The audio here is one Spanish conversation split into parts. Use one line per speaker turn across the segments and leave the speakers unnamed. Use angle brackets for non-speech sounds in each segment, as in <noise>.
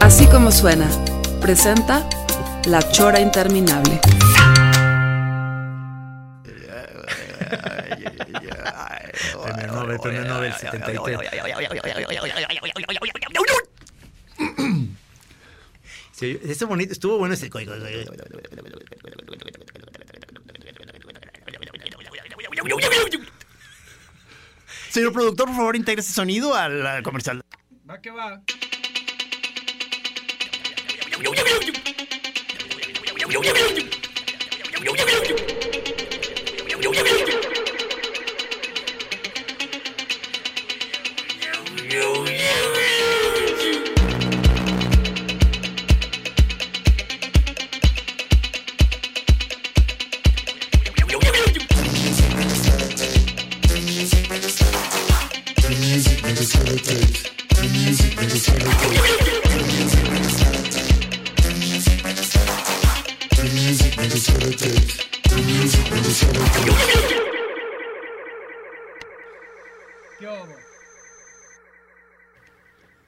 Así como suena, presenta La Chora Interminable.
Tener Nobel, premio Nobel 73. Sí, ese bonito, estuvo bueno ese. coi, coi, coi, coi. Señor productor, por favor, integra ese sonido al al comercial.
Va que va. ¿Qué hubo?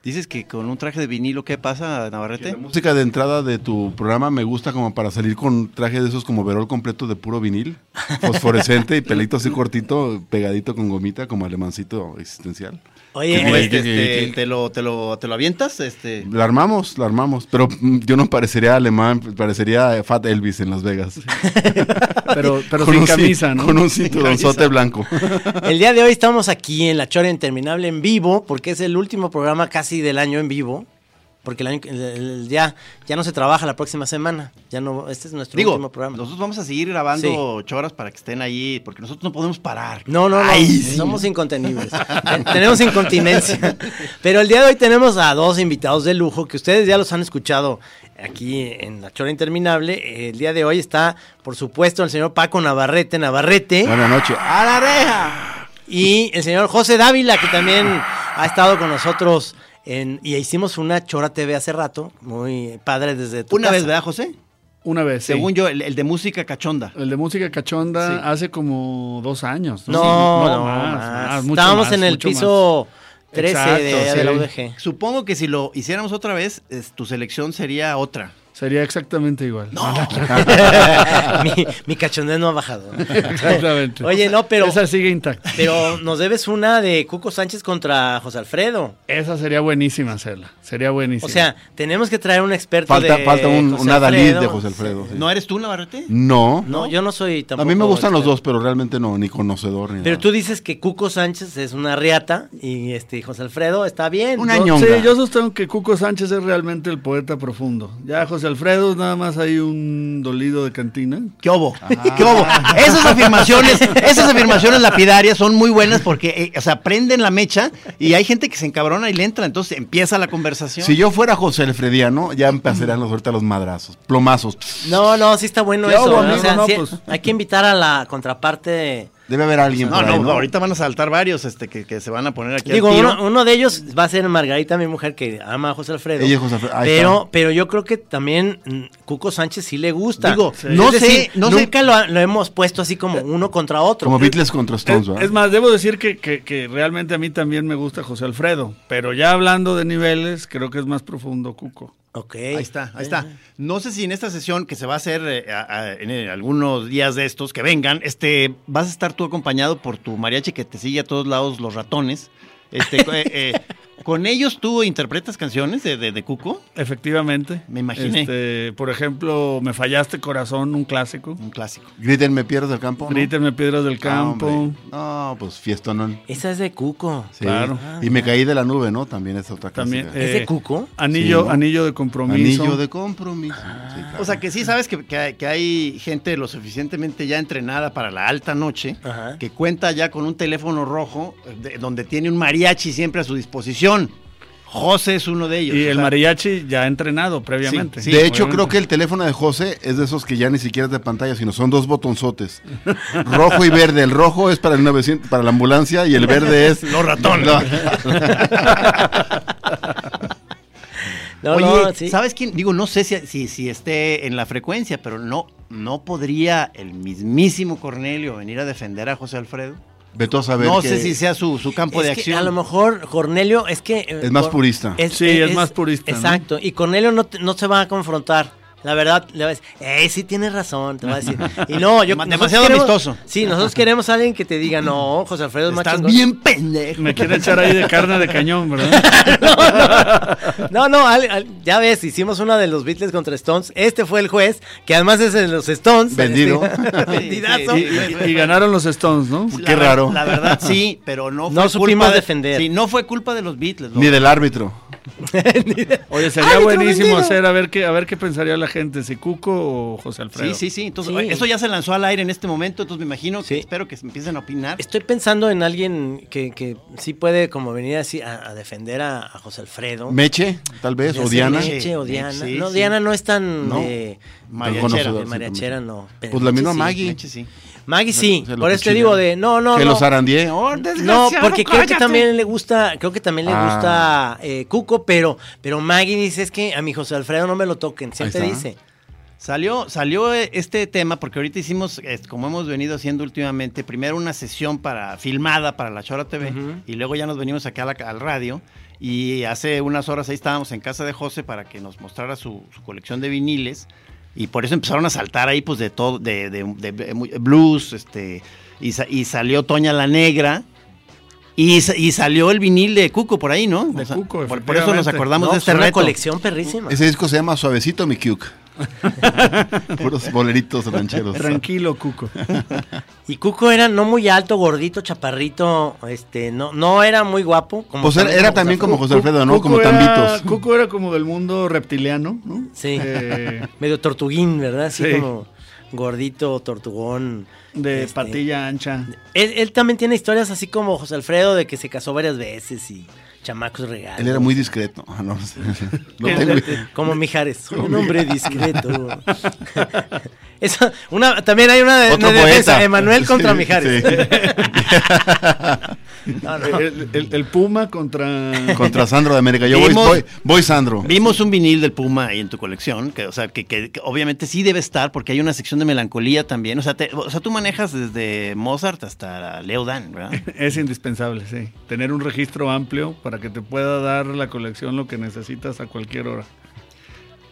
Dices que con un traje de vinilo, ¿qué pasa, Navarrete?
música de entrada de tu programa me gusta como para salir con traje de esos como verol completo de puro
<laughs>
vinil, fosforescente y pelito así cortito, pegadito con gomita, como alemancito existencial.
Oye,
¿Cómo
Oye,
es?
pues,
¿qué,
Este,
qué, qué?
¿Te lo, te lo, te lo avientas? Este,
La armamos, la armamos, pero mm, yo no parecería alemán, parecería eh, Fat Elvis en Las Vegas.
Pero, <laughs> pero
Con
sin
un cin-
camisa, ¿no?
Con un cinturonzote
<laughs>
blanco.
El día de hoy estamos aquí en La Chora Interminable en vivo, porque es el último programa casi del año en vivo. Porque el año, el- el- ya, ya no se trabaja la próxima semana. Ya no, este es nuestro
digo,
último programa.
nosotros vamos a seguir grabando choras para que estén ahí, porque nosotros no podemos parar.
No, no, no. Somos incontenibles. Ten- tenemos incontinencia. Pero el día de hoy tenemos a dos invitados de lujo que ustedes ya los han escuchado aquí en La Chora Interminable. El día de hoy está, por supuesto, el señor Paco Navarrete, Navarrete.
Buenas noches.
Ah,
¡A la reja!
Y el señor José Dávila, que también ha estado con nosotros en, y hicimos una Chora TV hace rato, muy padre desde tu
Una
casa.
vez, ¿verdad, José?
Una vez, sí.
Según yo, el, el de música cachonda.
El de música cachonda
Sí.
hace como dos años.
No, no, más,
mucho
Estábamos
más,
en el
mucho
piso 13 de,
Exacto,
de la
sí.
UDG.
Supongo que si lo hiciéramos otra vez, es- tu selección sería otra.
más. Sería exactamente igual.
<laughs> mi, mi cachondeo no ha bajado.
<laughs> exactamente.
Oye, no, pero,
Esa sigue intacta.
pero nos debes una de Cuco Sánchez contra José Alfredo.
Esa sería buenísima hacerla. Sería buenísima.
O sea, tenemos que traer un experto
Falta,
de
falta un,
José
una Dalí de
Alfredo.
José Alfredo. sí.
¿No eres tú, Navarrete?
No.
No, yo no soy tampoco.
A mí me gustan los
experto.
dos, pero realmente no, ni conocedor ni
Pero
nada.
tú dices que Cuco Sánchez es una riata y este José Alfredo está bien.
Una
Yo-
ñonga.
Sí, yo sostengo que Cuco Sánchez es realmente el poeta profundo. Ya José Alfredo es nada más hay un dolido de cantina.
¿Qué hubo?
Ah.
¿Qué hubo? Esas
<laughs>
afirmaciones, esas afirmaciones lapidarias son muy buenas porque, eh, o sea, prenden la mecha y hay gente que se encabrona y le entra, entonces empieza la conversación.
Si yo fuera José Alfrediano, ya empezarían los, ahorita los madrazos, plomazos.
No, no, sí está bueno
Ya
eso.
hubo,
¿verdad?
amigo,
O sea,
no,
sí,
pues.
Hay que invitar a la contraparte.
Debe haber alguien
no,
por
no,
ahí,
ahorita van a saltar varios este, que, que se van a poner aquí. al
Digo,
tiro.
uno, uno de ellos va a ser Margarita, mi mujer, que ama a José Alfredo.
Ella es José Alfredo, ahí
Pero,
está.
pero yo creo que también mm, Cuco Sánchez sí le gusta.
Digo,
Es
no sé, no sé.
nunca Lo, ha- lo hemos puesto así como uno contra otro.
Como Beatles contra Stones,
Es,
¿verdad?
Eh, es más, debo decir que, que- que realmente a mí también me gusta José Alfredo. Pero ya hablando de niveles, creo que es más profundo Cuco.
Ok.
Ahí está, ahí está. No sé si en esta sesión que se va a hacer eh, a- a- en, eh, algunos días de estos que vengan, este, vas a estar tú acompañado por tu mariachi que te sigue a todos lados los ratones. Este, <laughs> eh, eh, ¿Con ellos tú interpretas canciones de, de- de Cuco?
Efectivamente.
Me imaginé.
Este, por ejemplo, Me Fallaste Corazón, un clásico.
Un clásico.
Grítenme pierdas del campo. ¿no?
Grítenme Piedras del
Ah,
Campo.
hombre. No, pues fiestonón.
Esa es de Cuco.
Sí.
Claro.
Y me caí de la nube, ¿no? También es otra
También,
clásica.
¿Es de
Eh,
Cuco?
Anillo,
Sí, ¿no?
anillo de compromiso.
Anillo de compromiso. Sí, claro.
O sea, que sí sabes que, que hay- que hay gente lo suficientemente ya entrenada para la alta noche,
Ajá.
que cuenta ya con un teléfono rojo eh, de- donde tiene un mariachi siempre a su disposición. José es uno de ellos.
Y
o
el
sea,
mariachi ya entrenado previamente.
Sí,
de hecho,
obviamente.
creo que el teléfono de José es de esos que ya ni siquiera es de pantalla, sino son dos botonzotes. rojo y verde. El rojo es para el 900, para la ambulancia y el verde es... Los ratones.
No,
Oye,
no, sí.
¿sabes quién? Digo, no sé si, si, si esté en la frecuencia, pero no, no podría el mismísimo Cornelio venir a defender a José Alfredo.
Vete a saber
no
que-
sé si sea su, su campo
Es
de
que
acción.
a lo mejor Cornelio es que... eh,
Es más
Cor-
purista.
Sí, es más purista, ¿no?
Exacto. Y Cornelio no, te- no se va a confrontar. La verdad, le va a decir, eh, sí tienes razón, te va a decir. Y no,
<laughs>
yo...
Ma-
nosotros
demasiado
queremos-
amistoso.
Sí, nosotros queremos a alguien que te diga, no, José Alfredo es más
Estás
chingón".
bien pendejo.
Me quiere echar ahí de carne de cañón, ¿verdad?
<laughs>
No, no, al- al- ya ves, hicimos una de los Beatles contra Stones. Este fue el juez, que además es de los Stones. <laughs> Este,
Vendido.
<laughs>
Vendidazo.
Sí, sí, sí.
Y ganaron los Stones, ¿no?
Qué
ver-
raro.
pues, La verdad, sí, pero no
No
fue
supimos
culpa de-
defender.
Sí, no fue culpa de los Beatles. ¿no?
Ni del árbitro.
Oye, sería buenísimo hacer a ver qué a ver qué pensaría la gente, si Cuco o José Alfredo.
Sí, sí, sí. Entonces,
Sí.
eso ya se lanzó al aire en este momento, entonces me imagino que
Sí. Este
espero que se empiecen a opinar.
Estoy pensando en alguien que, que sí puede como venir así a, a defender a, a José Alfredo.
Meche, tal vez,
Ya
o
sé,
Diana.
Meche o
Sí,
Diana.
sí,
no,
sí.
Diana no es tan
No.
de,
Mariachera.
de mariachera, no. pero
Pues la
Meche
misma
sí.
Maggie.
Meche, sí.
Maggie sí,
Se lo
por eso te
cuchillan.
digo de, no, no,
que
no.
los arandié. Oh,
No,
desgraciado,
porque creo que
cállate.
también le gusta, creo que también le
Ah.
gusta eh, Cuco, pero, pero Maggie dice es que a mi José Alfredo no me lo toquen, siempre
está.
dice.
Salió, salió eh, este tema porque ahorita hicimos, eh, como hemos venido haciendo últimamente, primero una sesión para filmada para la Chora TV y luego ya nos venimos acá a la- al radio y hace unas horas ahí estábamos en casa de José para que nos mostrara su, su colección de viniles y por eso empezaron a saltar ahí pues de todo, de, de- de mu- blues, este, y, sa- y salió Toña la Negra. Y, sa- y salió el vinil de Cuco por ahí, ¿no?
De Cuco,
por- por, eso nos
efectivamente.
acordamos
No,
de
es
este
una
reto.
colección perrísima.
Ese disco se llama Suavecito mi cuke. <laughs> Puros boleritos rancheros.
Tranquilo, Cuco.
Y Cuco era no muy alto, gordito, chaparrito, este, no, no era muy guapo. Como
Pues era, era también como José Alfredo, ¿no?
Cuco
Como
era-
tambitos.
Cuco era como del mundo reptiliano, ¿no?
Sí.
Eh,
Medio tortuguín, ¿verdad? Así
Sí.
como gordito, tortugón.
de
este,
patilla ancha.
Él, él también tiene historias así como José Alfredo de que se casó varias veces y chamacos regalos.
Él era muy discreto. Ah, no, <laughs> no sé. No
<laughs>
tengo idea.
Como Mijares,
<laughs>
soy un hombre discreto. Esa- una, también hay una de,
Otro
una defensa,
poeta.
Emanuel contra
<laughs> Sí,
Mijares. No, no.
El, el- el Puma contra. <laughs>
sí. Contra Sandro de América. Yo voy,
Vimos-
voy, voy Sandro.
Vimos un vinil del Puma ahí en tu colección, que, o sea, que, que- que obviamente sí debe estar, porque hay una sección de melancolía también. O sea, te- o sea tú manejas desde Mozart hasta Leo Dan, ¿verdad?
<laughs>
Es indispensable, sí. Tener un registro amplio para que te pueda dar la colección lo que necesitas a cualquier hora.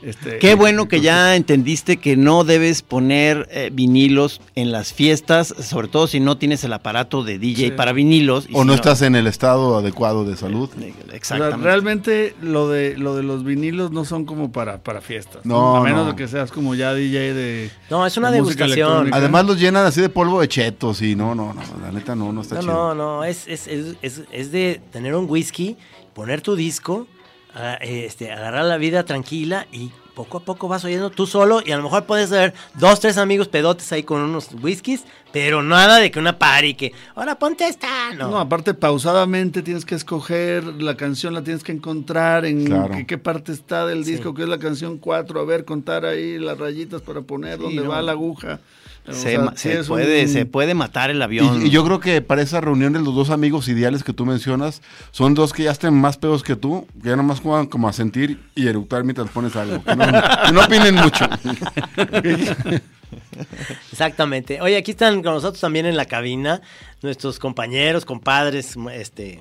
Este,
Qué bueno que ya entendiste que no debes poner eh, vinilos en las fiestas, sobre todo si no tienes el aparato de DJ
Sí.
para vinilos. y
O
si eh,
no estás en el estado adecuado de salud.
O sea,
Exactamente.
realmente lo de lo de los vinilos no son como para, para fiestas.
No,
A menos
no.
de que seas como ya DJ de.
No, es una
de música
degustación.
electrónica.
Además los llenan así de polvo de chetos y no, no, no, la neta no, no está
No,
chido.
no, no, es, es, es, es- es de tener un whisky, poner tu disco, a- este, agarrar la vida tranquila y poco a poco vas oyendo tú solo y a lo mejor puedes ver dos, tres amigos pedotes ahí con unos whiskies, pero nada de que una party que, ahora ponte esta, no.
No. aparte pausadamente tienes que escoger la canción, la tienes que encontrar en
Claro.
qué, qué parte está del disco, que es la canción 4, a ver, contar ahí las rayitas para poner dónde va la aguja. O
se,
sea,
ma-
sí
se
es
puede,
un-
se puede matar el avión.
Y, y yo creo que para esas reuniones los dos amigos ideales que tú mencionas son dos que ya estén más pedos que tú, que ya nomás juegan como a sentir y eructar mientras pones algo. Que no, que no opinen mucho.
Exactamente. Oye, aquí están con nosotros también en la cabina nuestros compañeros, compadres, m- este,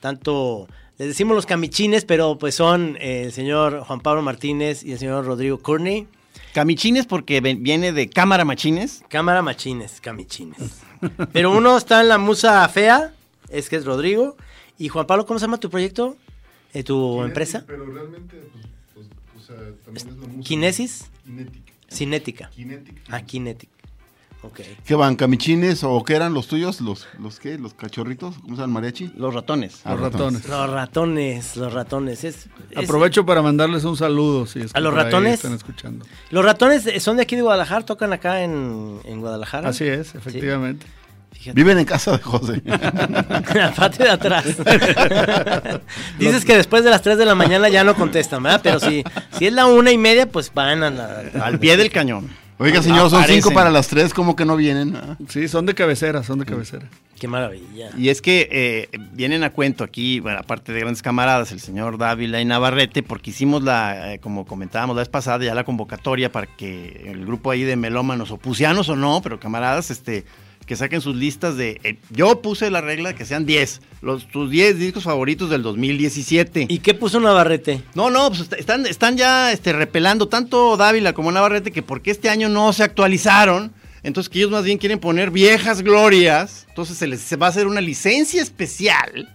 tanto les decimos los camichines, pero pues son eh, el señor Juan Pablo Martínez y el señor Rodrigo Courney.
Camichines porque ven- viene de cámara machines.
Cámara machines, camichines. <laughs> Pero uno está en la musa fea, es que es Rodrigo. Y Juan Pablo, ¿cómo se llama tu proyecto? eh, tu empresa?
Pero realmente, pues, pues, o sea, también es la música.
¿Kinesis?
Kinetic.
Cinética.
Kinetic.
Ah, Kinetic. Ok.
¿Qué van? ¿Camichines o qué eran los tuyos? ¿Los, los qué? ¿Los cachorritos? ¿Cómo se llaman? ¿Mariachi?
Los
<laughs>
ratones.
Ah,
Los ratones.
Los ratones, los ratones. Es, es-
Aprovecho para mandarles un saludo. Si es que
¿A los
por ahí
ratones?
Están escuchando.
Los ratones son de aquí de Guadalajara, tocan acá en, en Guadalajara.
Así es, efectivamente.
<laughs> Fíjate.
Viven en casa de José.
La parte de
<laughs>
atrás. Dices que después de las 3 de la mañana ya no contestan, ¿verdad? Pero si, si es la una y media, pues van a la...
Al pie del cañón.
Oiga, señor, son
Aparecen.
cinco para las tres, ¿cómo que no vienen? Ah.
Sí, son de cabecera, son de
Mm.
cabecera.
Qué maravilla.
Y es que eh, vienen a cuento aquí, bueno, aparte de grandes camaradas, el señor Dávila y Navarrete, porque hicimos la, eh, como comentábamos la vez pasada, ya la convocatoria para que el grupo ahí de melómanos, o pusianos o no, pero camaradas, este, que saquen sus listas de. eh, yo puse la regla que sean 10, los, tus 10 discos favoritos del 2017.
¿Y qué puso Navarrete?
No, no, pues est- están, están ya este, repelando tanto Dávila como Navarrete que porque este año no se actualizaron. Entonces que ellos más bien quieren poner viejas glorias. Entonces se les se va a hacer una licencia especial.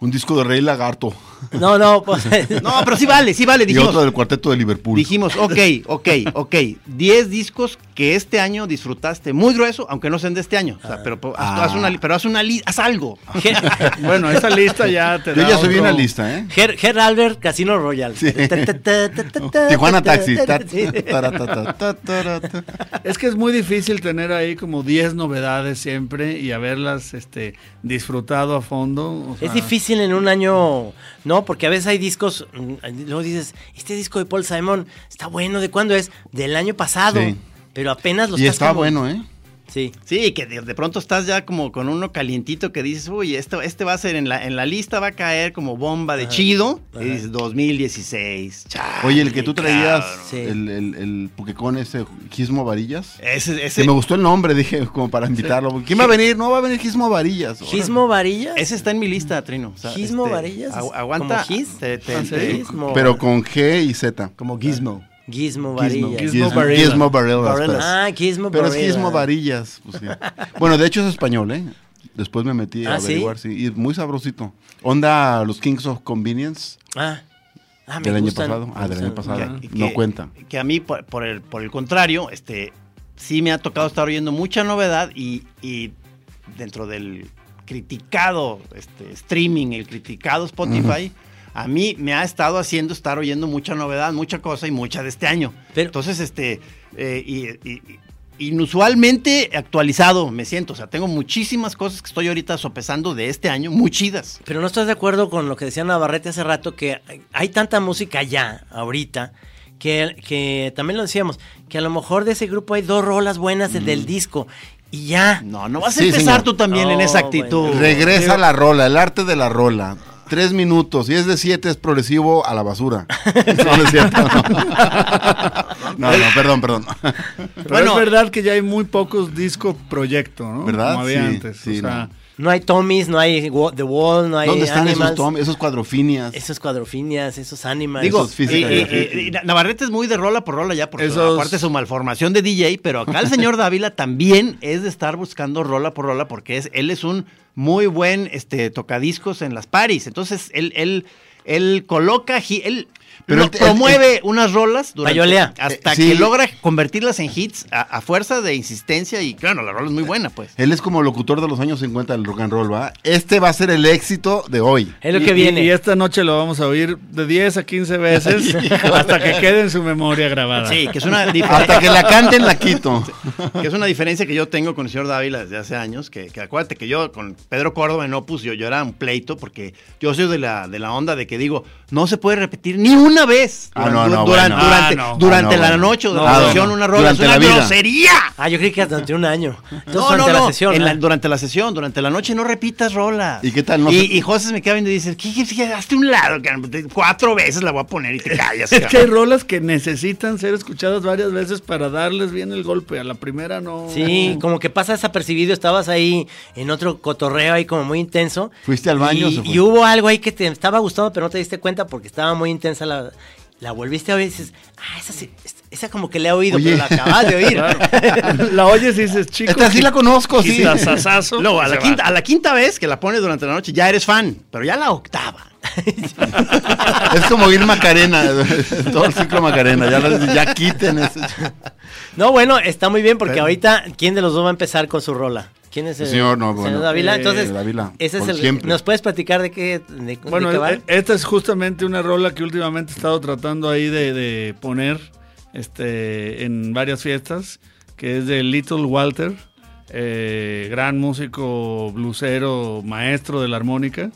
Un disco de Rey Lagarto
No, no, pues... <laughs>
No, pero sí vale, sí vale.
y
Dijimos,
otro del cuarteto de Liverpool.
dijimos ok, ok, ok. 10 discos que este año disfrutaste muy grueso, aunque no sean de este año. O sea, pero, pero haz,
Ah.
haz una, li- pero haz una li- haz algo.
Bueno, esa lista ya te
Yo
da
ya subí
otro-
una lista, ¿eh?
Ger, Ger Albert, Casino Royal. Ta, ta, ta, ta, ta, ta,
Tijuana
ta, ta,
Taxi.
ta,
Ta-
ta, ta.
taratata, ta- tarata.
Es que es muy difícil tener ahí como 10 novedades siempre y haberlas este, disfrutado a fondo.
Ah.
o sea,
Es difícil en un año, ¿no? Porque a veces hay discos, mm, luego dices, este disco de Paul Simon está bueno, ¿de cuándo es? Del año pasado.
Sí.
Pero apenas lo
Y
estás
está
como-
bueno, ¿eh?
Sí.
Sí, que de, de pronto estás ya como con uno calientito que dices, uy, esto, este va a ser en la, en la lista, va a caer como bomba de chido. Y dices, 2016, chale,
Oye, el que tú traías,
cabrón.
Sí.
el, el, el Pokecón ese, Gizmo Varillas.
Ese, ese,
Que me gustó el nombre, dije, como para invitarlo. ¿Quién va a venir? No va a venir Gizmo Varillas. órale.
¿Gizmo Varillas?
ese está en mi lista, Trino. O sea, este,
¿Gizmo Varillas?
agu- aguanta.
¿Como Giz?
te- te-
Ah,
te-
sí. Gizmo.
Pero con G y Z.
Como Gizmo.
Gizmo
Gizmo,
Varillas.
Gizmo
Gizmo,
Varela.
Gizmo Varela,
Varela.
pues.
Ah, Gizmo
Pero es
Varela.
Gizmo Varillas. pues, sí. <laughs> Bueno, de hecho es español, ¿eh? Después me metí a
¿Ah, sí?
averiguar, sí. Y muy sabrosito. Onda los Kings of Convenience
Ah, ah me
del año
gustan,
pasado.
me
Ah, del año
gustan.
pasado.
Que-
No
que-
cuenta.
Que a mí, por, por el, por el contrario, este, sí me ha tocado estar oyendo mucha novedad y, y dentro del criticado este, streaming, el criticado Spotify, a mí me ha estado haciendo estar oyendo mucha novedad, mucha cosa y mucha de este año.
Pero-
Entonces, este, eh, y- y- y- inusualmente actualizado me siento. O sea, tengo muchísimas cosas que estoy ahorita sopesando de este año, muy chidas.
Pero no estás de acuerdo con lo que decía Navarrete hace rato, que hay tanta música ya, ahorita, que, que también lo decíamos, que a lo mejor de ese grupo hay dos rolas buenas del disco y ya.
No, no vas a
Sí,
empezar
señor.
tú también en
No,
esa actitud.
bueno.
Regresa la rola, el arte de la rola. Tres minutos. Si es de siete, es progresivo a la basura. No, no es cierto. No, no, perdón, perdón.
pero
bueno.
es verdad que ya hay muy pocos discos proyecto, ¿no?
¿Verdad?
Como había
Sí,
antes.
sí,
o sea,
No hay Tommys, no hay Wa- The Wall, no hay
¿Dónde están
Animals,
esos, tom- esos cuadrofinias?
esos cuadrofinias, esos Animals.
Digo,
Esos física
eh,
y
eh,
graffiti.
eh, Na- Navarrete es muy de rola por rola ya, por su,
Esos-
aparte su malformación de DJ, pero acá el señor Dávila también es de estar buscando rola por rola porque es, él es un muy buen este, tocadiscos en las paris. Entonces, él, él, él coloca, hi- él,
Pero
lo-
él te- él-
promueve unas rolas durante,
Payolea.
hasta
Eh, sí.
que logra convertirlas en hits a, a fuerza de insistencia y claro, la rola es muy buena, pues.
Él es como locutor de los años 50 del rock and roll, ¿va? Este va a ser el éxito de hoy.
es lo
y-
que
y-
viene.
Y, esta noche lo vamos a oír de 10 a 15
<laughs>
veces hasta que quede en su memoria grabada.
Sí, que es una
Hasta que la canten, la quito. <laughs>
que es una diferencia que yo tengo con el señor Dávila desde hace años, que, que acuérdate que yo con Pedro Córdoba en Opus, yo, yo era un pleito, porque yo soy de la, de la onda de que digo, no se puede repetir ni una vez
Ah,
duran-
no, no,
duran- durante,
bueno.
Ah, no.
durante
Ah, no,
la
bueno.
noche o
No,
la
bueno.
sesión, una rola,
Durante
es una
la vida.
grosería.
Ah, yo creí que durante un año. Entonces,
No, no,
durante la
no.
sesión.
En la-
¿ah?
durante la sesión, durante la noche, no repitas rolas.
¿Y qué tal? No
y,
se-
y José me queda viendo y dice, ¿qué, qué, qué? hazte un lado, cabrón, te- cuatro veces la voy a poner y te
<laughs>
callas.
Es que hay
cabrón".
rolas que necesitan ser escuchadas varias veces para darles bien el golpe. A la primera no. <laughs>
Sí, como que pasa desapercibido, estabas ahí en otro cotorreo ahí como muy intenso.
¿Fuiste al baño o
Y,
se fue?
y hubo algo ahí que te estaba gustando, pero no te diste cuenta porque estaba muy intensa la... La volviste a oír y dices, ah, esa, sí- esa como que la he oído, pero
Oye.
la acabas
<laughs>
de oír.
la oyes y dices, chico.
Ah, Esta sí la conozco, sí.
quitazazazo,
Luego, a
se
la,
va.
quinta, a la quinta vez que la pones durante la noche, ya eres fan, pero ya la octava.
Es como ir Macarena, <laughs> todo el ciclo Macarena, ya, las- ya quiten ese.
No, bueno, está muy bien porque
Pero-
ahorita, ¿quién de los dos va a empezar con su rola? ¿Quién es el,
El señor, no, bueno,
Dávila?
eh,
Entonces,
Dávila,
ese es
por
el.
siempre.
¿Nos puedes platicar de qué, de, de
Pues,
Bueno,
qué va?
e- esta es justamente una rola que últimamente he estado tratando ahí de, de poner este, en varias fiestas, que es de Little Walter, eh, gran músico, blusero, maestro de la armónica,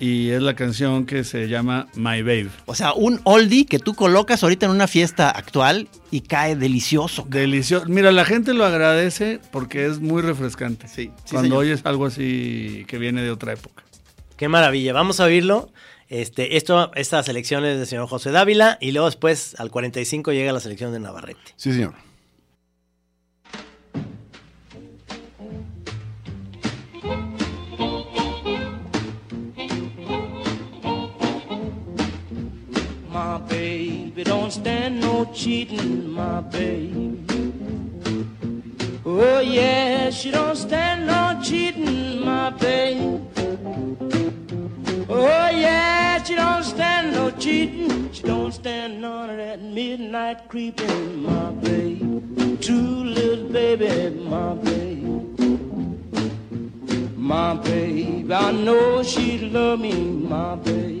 y es la canción que se llama My Babe.
O sea, un oldie que tú colocas ahorita en una fiesta actual y cae delicioso.
Delicioso. Mira, la gente lo agradece porque es muy refrescante.
Sí, sí,
Cuando
señor.
oyes algo así que viene de otra época.
Qué maravilla. Vamos a oírlo. Este, esto, esta selección es del señor José Dávila y luego después al 45 llega la selección de Navarrete.
Sí, señor.
My baby, don't stand no cheating, my baby. Oh yeah, she don't stand no cheating, my baby. Oh yeah, she don't stand no cheating. She don't stand none of that midnight creeping, my baby. True little baby, my baby. My baby, I know she love me, my baby.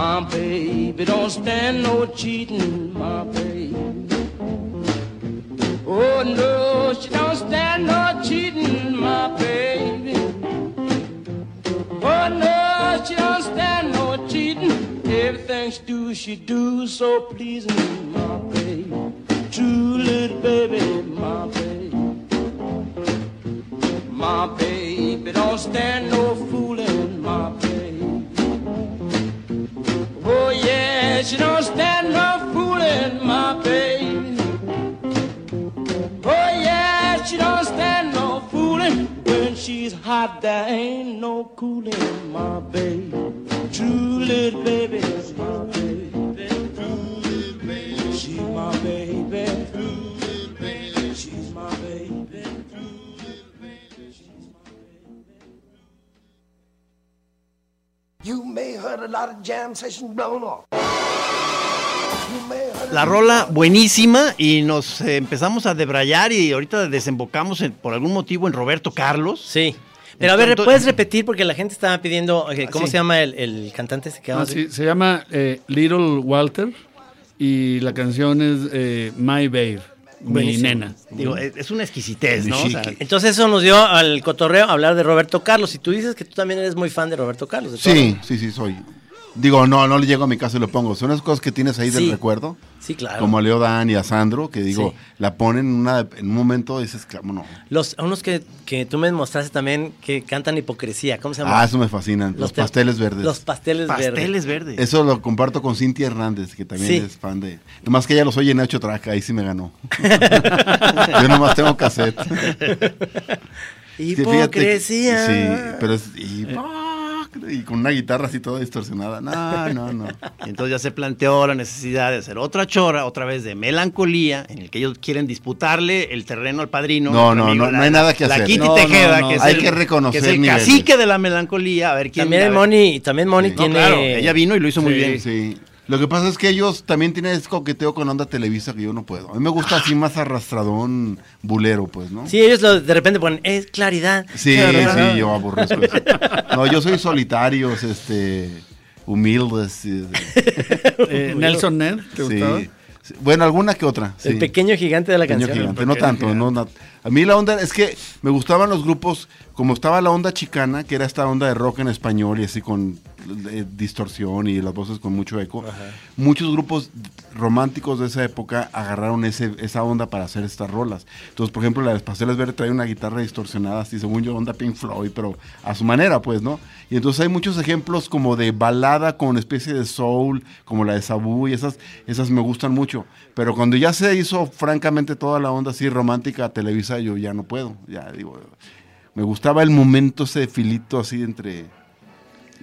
My baby don't stand no cheating, my baby. Oh no, she don't stand no cheating, my baby. Oh no, she don't stand no cheating. Everything she do, she do so pleasing, my baby. True little baby, my baby. My baby don't stand no fooling, my baby. Oh yeah, she don't stand no fooling, my baby. Oh yeah, she don't stand no fooling. When she's hot, there ain't no cooling, my baby. True little baby, my baby. True little baby, she's my baby. True little baby, she's my baby.
You may heard a lot of jam sessions blown off. You may heard
La rola buenísima y nos eh, empezamos a debrayar y ahorita desembocamos en- por algún motivo en Roberto Carlos.
Sí. Pero a ver,
Entonces-
¿puedes repetir? Porque la gente estaba pidiendo. eh,
Ah,
¿Cómo
sí.
se llama el, el cantante? este que
Ah,
vamos a-
sí, se llama eh, Little Walter y la canción es eh, My Babe,
Buenísimo.
mi nena.
Digo, es es una exquisitez, ¿no? O sea,
Entonces, eso nos dio al cotorreo hablar de Roberto Carlos. Y tú dices que tú también eres muy fan de Roberto Carlos. de todo.
Sí, sí, sí, soy. Digo, no, no le llego a mi casa y lo pongo. Son las cosas que tienes ahí
Sí.
del recuerdo.
Sí, claro.
Como a Leo Dan y a Sandro, que digo,
Sí.
la ponen en, una- en un momento y dices, claro, no.
Los, unos que, que tú me mostraste también que cantan hipocresía. ¿Cómo se llama?
Ah, eso me fascina. Los,
te-
pasteles verdes.
Los pasteles, verdes.
pasteles verdes.
Eso lo comparto con Cintia Hernández, que también
Sí.
es fan de. Nomás que ella los oye en Nacho Traca, ahí sí
<laughs>
me ganó. Yo nomás tengo cassette. Sí, fíjate que-
Hipocresía.
Sí, pero es. Y, y con una guitarra así toda distorsionada. No, no, no.
Y Entonces ya se planteó la necesidad de hacer otra chora, otra vez de melancolía, en el que ellos quieren disputarle el terreno al padrino.
No,
nuestro
no, no,
la-
no hay nada que
La
hacer.
Kitty
No, no,
Tejeda,
no.
que es
Hay
el,
que reconocer
que es el
niveles.
cacique de la melancolía. A ver quién.
También
a ver-
Moni, también Moni
Sí. No,
tiene.
Claro, ella vino y lo hizo muy bien.
Sí. Lo que pasa es que ellos también tienen ese coqueteo con onda Televisa que yo no puedo. A mí me gusta así más arrastradón, bulero, pues, ¿no?
Sí, ellos lo- de repente ponen, es claridad.
Sí,
claridad".
sí, yo aborrezco eso. No, yo soy solitarios, este, humildes. sí, sí.
<laughs>
Eh, Nelson Ned, ¿te
Sí.
gustaba?
Bueno, alguna que otra.
El
sí.
pequeño gigante de la
Pequeño
canción.
gigante, no tanto. no- no- a mí la onda es que me gustaban los grupos, como estaba la onda chicana, que era esta onda de rock en español y así con eh, distorsión y las voces con mucho eco. Muchos grupos románticos de esa época agarraron ese, esa onda para hacer estas rolas. Entonces, por ejemplo, la de Espaceles Verde trae una guitarra distorsionada, así según yo, onda Pink Floyd, pero a su manera, pues, ¿no? Y entonces hay muchos ejemplos como de balada con especie de soul, como la de Sabu, y esas, esas me gustan mucho. Pero cuando ya se hizo francamente toda la onda así romántica Televisa, yo ya no puedo. Ya digo, me gustaba el momento ese filito así entre...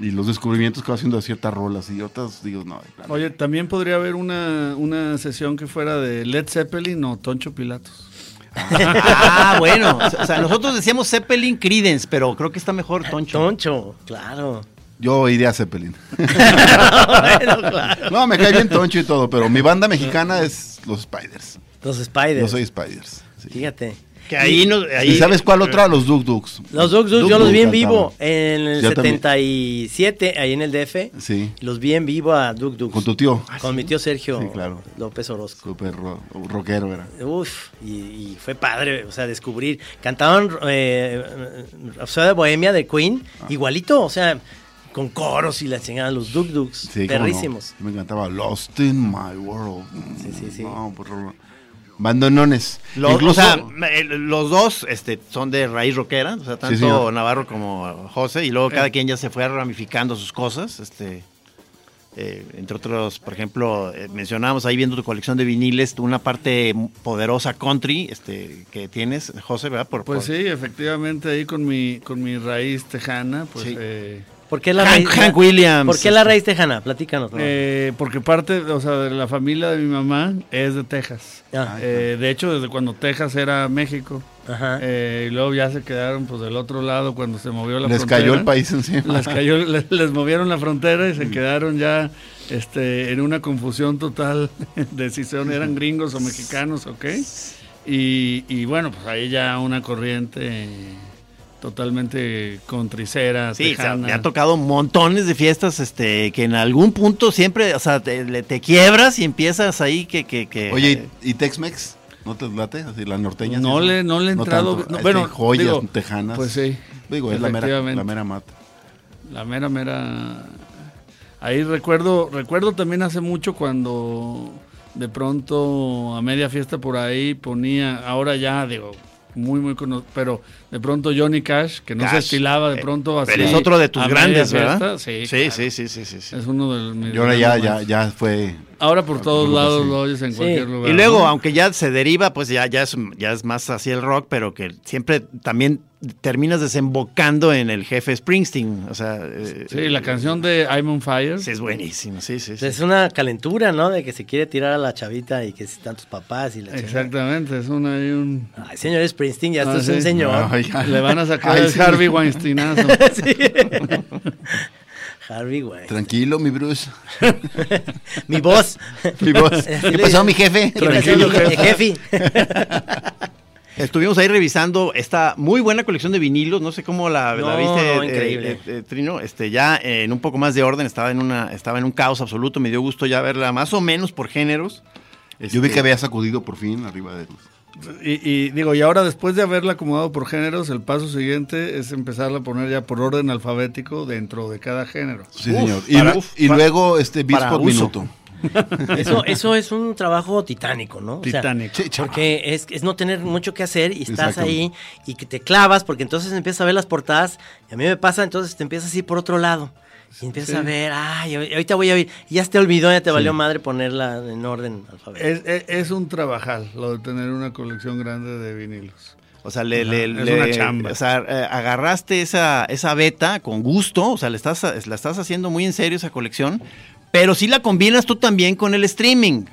Y los descubrimientos que va haciendo de ciertas rolas y otras, digo, no. de plano.
Oye, también podría haber una, una sesión que fuera de Led Zeppelin o Toncho Pilatos.
<laughs> Ah, bueno. O sea, nosotros decíamos Zeppelin Credence, pero creo que está mejor Toncho.
Toncho, claro.
Yo iría a Zeppelin. <laughs>
<laughs>
bueno, claro.
No, me cae bien toncho y todo, pero mi banda mexicana es los Spiders.
Los Spiders.
Yo soy Spiders. sí.
Fíjate.
Que ahí nos. Ahí,
¿Y sabes cuál otra? Los Duk Duks.
Los Duk Duks,
Duk
yo los
Duk
vi en
cantaban.
vivo en el
Yo también.
77, ahí en el DF.
Sí.
Los vi en vivo a Duk Duk.
Con tu tío.
Ah,
Con mi tío Sergio
Sí, claro.
López Orozco.
Súper ro- rockero era.
Uf, y, y fue padre, o sea, descubrir. Cantaban eh, Rhapsody de Bohemia de Queen,
Ah.
igualito, o sea, con coros y la enseñaban los Duk Duks,
Sí, cómo no.
perrísimos.
Me encantaba Lost in My World.
Sí, sí, sí.
No, por favor. Bandonones.
Los,
Incluso-
o sea, me- los dos este, son de raíz rockera, o sea, tanto
señor.
Navarro como José, y luego
Eh.
cada quien ya se fue ramificando sus cosas. Este, eh, entre otros, por ejemplo, eh, mencionábamos ahí viendo tu colección de viniles, tú una parte poderosa country este, que tienes, José, ¿verdad? Por,
Pues
por-
sí, efectivamente ahí con mi, con mi raíz tejana, pues...
Sí.
eh,
¿Por qué la
Hank-
raíz?
Hank Williams.
¿Por qué la raíz tejana? Platícanos. ¿no?
Eh, porque parte, o sea, de la familia de mi mamá es de Texas.
Ah.
Eh, de hecho, desde cuando Texas era México.
Ajá.
Eh, y luego ya se quedaron pues del otro lado cuando se movió la
les
frontera.
cayó el país encima.
Les, cayó, les, les movieron la frontera y se quedaron ya este, en una confusión total <laughs> de si son, eran gringos o mexicanos o qué. Y, y bueno, pues ahí ya una corriente totalmente contricera,
Sí, o sea,
tejana.
me ha tocado montones de fiestas este, que en algún punto siempre, o sea, te, le- te quiebras y empiezas ahí que... que, que-
<laughs>
eh,
Oye, ¿y, y Tex-Mex? ¿No te late? Así, la norteña.
No
así,
le- no le he entrado-
tanto.
no,
Este,
bueno,
joyas
digo,
tejanas.
pues sí,
Digo, es la mera,
efectivamente.
la mera mata.
La mera, mera. Ahí recuerdo, recuerdo también hace mucho cuando de pronto a media fiesta por ahí ponía, ahora ya digo, muy, muy conocido, pero de pronto Johnny Cash, que no se
Cash. eh,
estilaba de pronto así.
Pero es otro de tus
a media
grandes,
fiesta,
¿verdad?
Sí,
sí,
claro.
sí, sí, sí, sí, sí.
Es uno de mis.
Y ahora ya,
grandes
ya,
más.
ya fue.
Ahora por todos
Sí.
lados lo oyes en
Sí.
cualquier lugar.
Y luego,
¿no?
aunque ya se deriva, pues ya, ya, es, ya es más así el rock, pero que siempre también terminas desembocando en el jefe Springsteen. O sea, eh,
Sí, la canción de I'm on Fire.
sí, es buenísimo, sí, sí. sí.
Es una calentura, ¿no? De que se quiere tirar a la chavita y que están tus papás y la chingada.
Exactamente, es una, hay
<laughs>
un.
Ay, señor Springsteen, ya
Ah,
esto es un
sí.
señor.
Ay, ya.
Le van a sacar
Ay,
el
sí.
Harvey Weinsteinazo.
<laughs>
<laughs>
Sí. Harvey, güey.
Tranquilo, mi Bruce. <laughs>
Mi voz.
Mi voz.
Así
¿Qué
le
pasó,
dicen.
mi jefe?
¿Qué pasó, mi jefe?
Estuvimos ahí revisando esta muy buena colección de vinilos, no sé cómo la, la
No,
viste,
no,
eh,
increíble.
eh, eh, Trino, este, ya eh, en un poco más de orden, estaba en, una, estaba en un caos absoluto, me dio gusto ya verla más o menos por géneros. Este,
Yo vi que había sacudido por fin arriba de
Y, y digo, y ahora después de haberla acomodado por géneros, el paso siguiente es empezarla a poner ya por orden alfabético dentro de cada género.
Sí,
Uf,
señor. Y,
para-
lu-
uf,
y
para-
luego, este, Beats
para
por
uso.
minuto.
Eso, eso es un trabajo titánico, ¿no? O sea,
Titánico.
Sí, chaval.
porque es, es no tener mucho que hacer y estás ahí
Exactamente.
y que te clavas, porque entonces empiezas a ver las portadas y a mí me pasa, entonces te empiezas así por otro lado. Y empiezas a ver, ay, ahor- ahorita voy a oír. Y ya se te olvidó, ya te valió madre ponerla en orden alfabético.
Es, es- es un trabajal lo de tener una colección grande de vinilos.
O sea, le,
Ajá,
le-
es
le-
una chamba.
o sea, eh, agarraste esa, esa beta con gusto, o sea, le estás, la estás haciendo muy en serio esa colección, pero sí la combinas tú también con el streaming,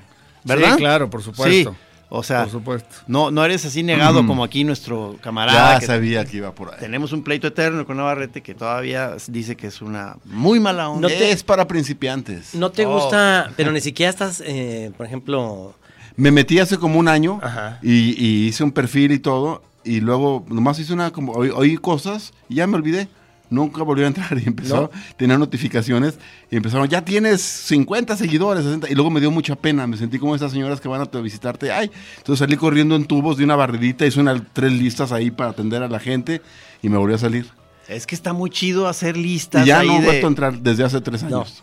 ¿verdad?
Sí, claro, por supuesto.
Sí, o sea,
Por supuesto.
No, no eres así negado como aquí nuestro camarada.
Ya
que
sabía que iba por ahí.
Tenemos un pleito eterno con Navarrete que todavía dice que es una muy mala
No
onda.
te-
Es para principiantes.
No te
Oh.
gusta, pero ni siquiera estás, eh, por ejemplo,
Me metí hace como un año
Ajá.
y, y hice un perfil y todo. Y luego nomás hice una como oí, oí cosas y ya me olvidé. Nunca volvió a entrar y <laughs> empezó, tenía notificaciones y empezaron, ya tienes 50 seguidores, 60. Y luego me dio mucha pena, me sentí como esas señoras que van a te- visitarte. Ay, entonces salí corriendo en tubos de una barridita, hice unas tres listas ahí para atender a la gente y me volví a salir.
Es que está muy chido hacer listas.
Y ya
ahí
no he
de-
vuelto a entrar desde hace tres años.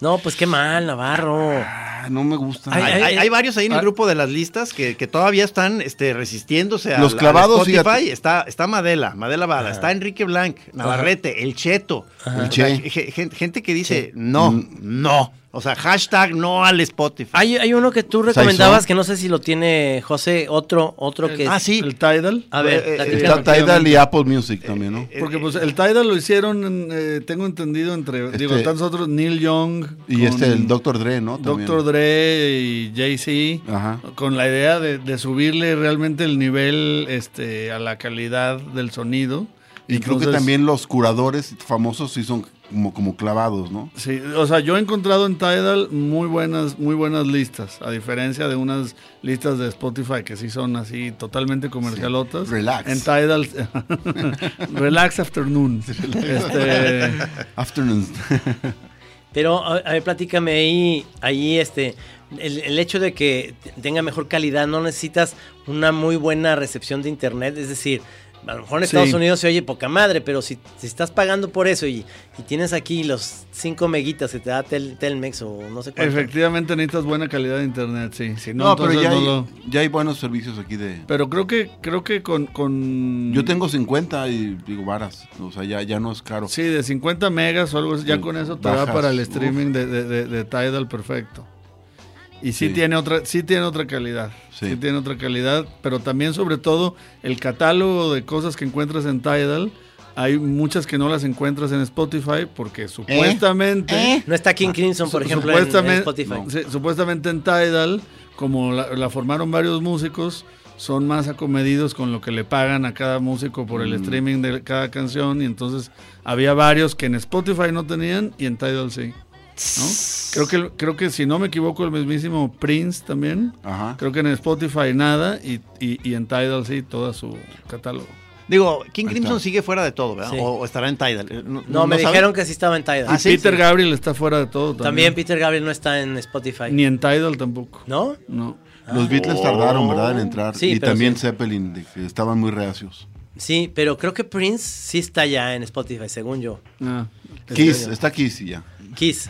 No, pues qué mal, Navarro.
Ah, no me gusta.
Hay,
Ay,
hay-
ay,
hay varios ahí en el
ah.
grupo de las listas que, que todavía están este, resistiéndose a
Los clavados,
Spotify.
fíjate.
Está, está Madela, Madela Bada, está Enrique Blanc, Navarrete, El Cheto.
El
O sea,
Che. Mm.
ge- gen- gente que dice no, no. O sea, hashtag no al Spotify.
Hay, hay uno que tú recomendabas que no sé si lo tiene José, otro, otro que
ah,
es-
sí.
El Tidal.
A ver,
Eh, eh,
platícame.
Está Tidal y Apple Music también, ¿no?
Porque pues el Tidal lo hicieron, eh, tengo entendido, entre,
Este-
digo, tantos otros, Neil Young.
Y
con
este, el Dr. Dre, ¿no? También.
Dr. Dre y Jay-Z.
Ajá.
Con la idea de, de subirle realmente el nivel este, a la calidad del sonido.
Y creo que
Entonces,
también los curadores famosos sí son como, como clavados, ¿no?
Sí, o sea, yo he encontrado en Tidal muy buenas, muy buenas listas, a diferencia de unas listas de Spotify que sí son así totalmente comercialotas.
Sí, relax.
En Tidal, <laughs> relax afternoon.
<laughs>
Este,
Afternoons.
Pero, a, a ver, platícame ahí, ahí este, el, el hecho de que t- tenga mejor calidad, no necesitas una muy buena recepción de internet, es decir, a lo mejor en
Sí.
Estados Unidos se oye poca madre, pero si, si estás pagando por eso y, y tienes aquí los 5 meguitas que te da Tel- Telmex o no sé cuánto.
efectivamente necesitas buena calidad de internet, sí. Si no,
<laughs> No, pero
entonces
ya
no
hay,
lo-
ya hay buenos servicios aquí de...
Pero creo que, creo que con, con-
Yo tengo 50 y digo varas, o sea, ya, ya no es caro.
Sí, de 50 megas o algo así, ya
Sí,
con eso te da
Mm, bajas,
para el
uf.
streaming de, de- de- de Tidal perfecto. Y sí,
Sí.
tiene otra, sí tiene otra calidad. Sí.
Sí.
tiene otra calidad, pero también sobre todo el catálogo de cosas que encuentras en Tidal, hay muchas que no las encuentras en Spotify
¿Eh?
porque supuestamente
No está King Crimson, por
Su-
ejemplo, en- en,
supuestamente-
Spotify.
sí, supuestamente en Tidal, como la, la formaron varios músicos, son más acomedidos con lo que le pagan a cada músico por el
Mm.
streaming de cada canción. Y entonces había varios que en Spotify no tenían y en Tidal sí. ¿no? Creo, que, el- creo que si no me equivoco, el mismísimo Prince también.
Ajá.
Creo que en Spotify nada y, y- y en Tidal sí, todo su catálogo.
Digo, King
Ahí
Crimson
está.
sigue fuera de todo, ¿verdad?
Sí.
O, o estará en Tidal. Eh, No,
No, me
sabe?
dijeron que sí estaba en Tidal.
Ah, sí.
Peter Gabriel está fuera de todo
También
también.
Peter Gabriel no está en Spotify.
Ni en Tidal tampoco.
¿No?
No.
Los Beatles tardaron, ¿verdad?, en entrar.
Sí,
y
pero
también
sí.
Zeppelin, de que estaban muy reacios.
Sí, pero creo que Prince sí está ya en Spotify, según yo.
Ah.
Kiss, está Kiss y ya. <laughs>
Kiss.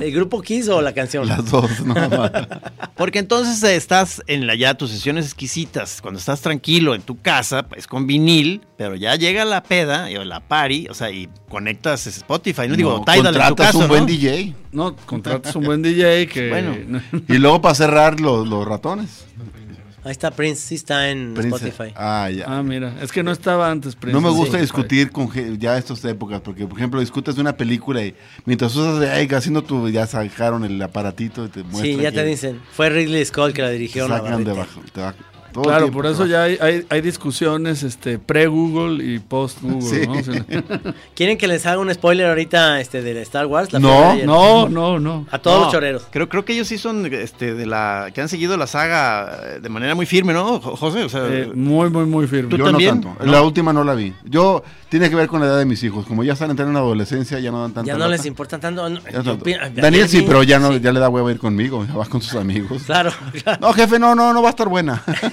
¿El grupo Kiss o la canción?
Las dos, nada más.
Porque entonces eh, estás en la ya tus sesiones exquisitas, cuando estás tranquilo en tu casa, pues con vinil, pero ya llega la peda y- o la party, o sea, y conectas Spotify, no, digo
No,
Tidal en tu
contratas
caso,
un
¿no?
buen DJ.
No, contratas un buen DJ que.
<laughs> Bueno.
Y luego para cerrar los, los ratones.
Ahí está Prince, sí está en
Prince-
Spotify.
Ah, ya.
Ah, mira, es que no estaba antes. Prince.
No me gusta
Sí.
discutir con ge- ya estas épocas, porque por ejemplo discutes de una película y mientras tú estás ahí haciendo tu, ya sacaron el aparatito y te muestra
Sí, ya te
que
dicen. Fue Ridley Scott que la
te
dirigió.
sacan
Navarrete.
de abajo. te va- todo
Claro,
tiempo
por
te
eso
va-
ya hay, hay, hay discusiones este, pre-Google y post-Google.
Sí.
¿no? O
<laughs>
sea,
¿Quieren que les haga un spoiler ahorita este, de Star Wars? La
No,
película de ayer.
no, no, no.
A todos
No,
los choreros.
Creo, creo que ellos sí son este, de la que han seguido la saga eh, de manera muy firme, ¿no, Jo- José? O sea,
Eh, muy, muy, muy firme.
¿Tú
Yo
también?
no tanto.
No.
La última no la vi. Yo tiene que ver con la edad de mis hijos. Como ya están entrando en la adolescencia, ya no dan tanta
Ya no
lata.
les importa tanto. no,
Ya no
yo
tanto.
opino-
Daniel sí,
Jeremy,
pero ya no,
sí,
ya le da huevo ir conmigo, ya va con sus amigos.
<laughs> Claro, claro.
No, jefe, no, no, no va a estar
<laughs>
buena.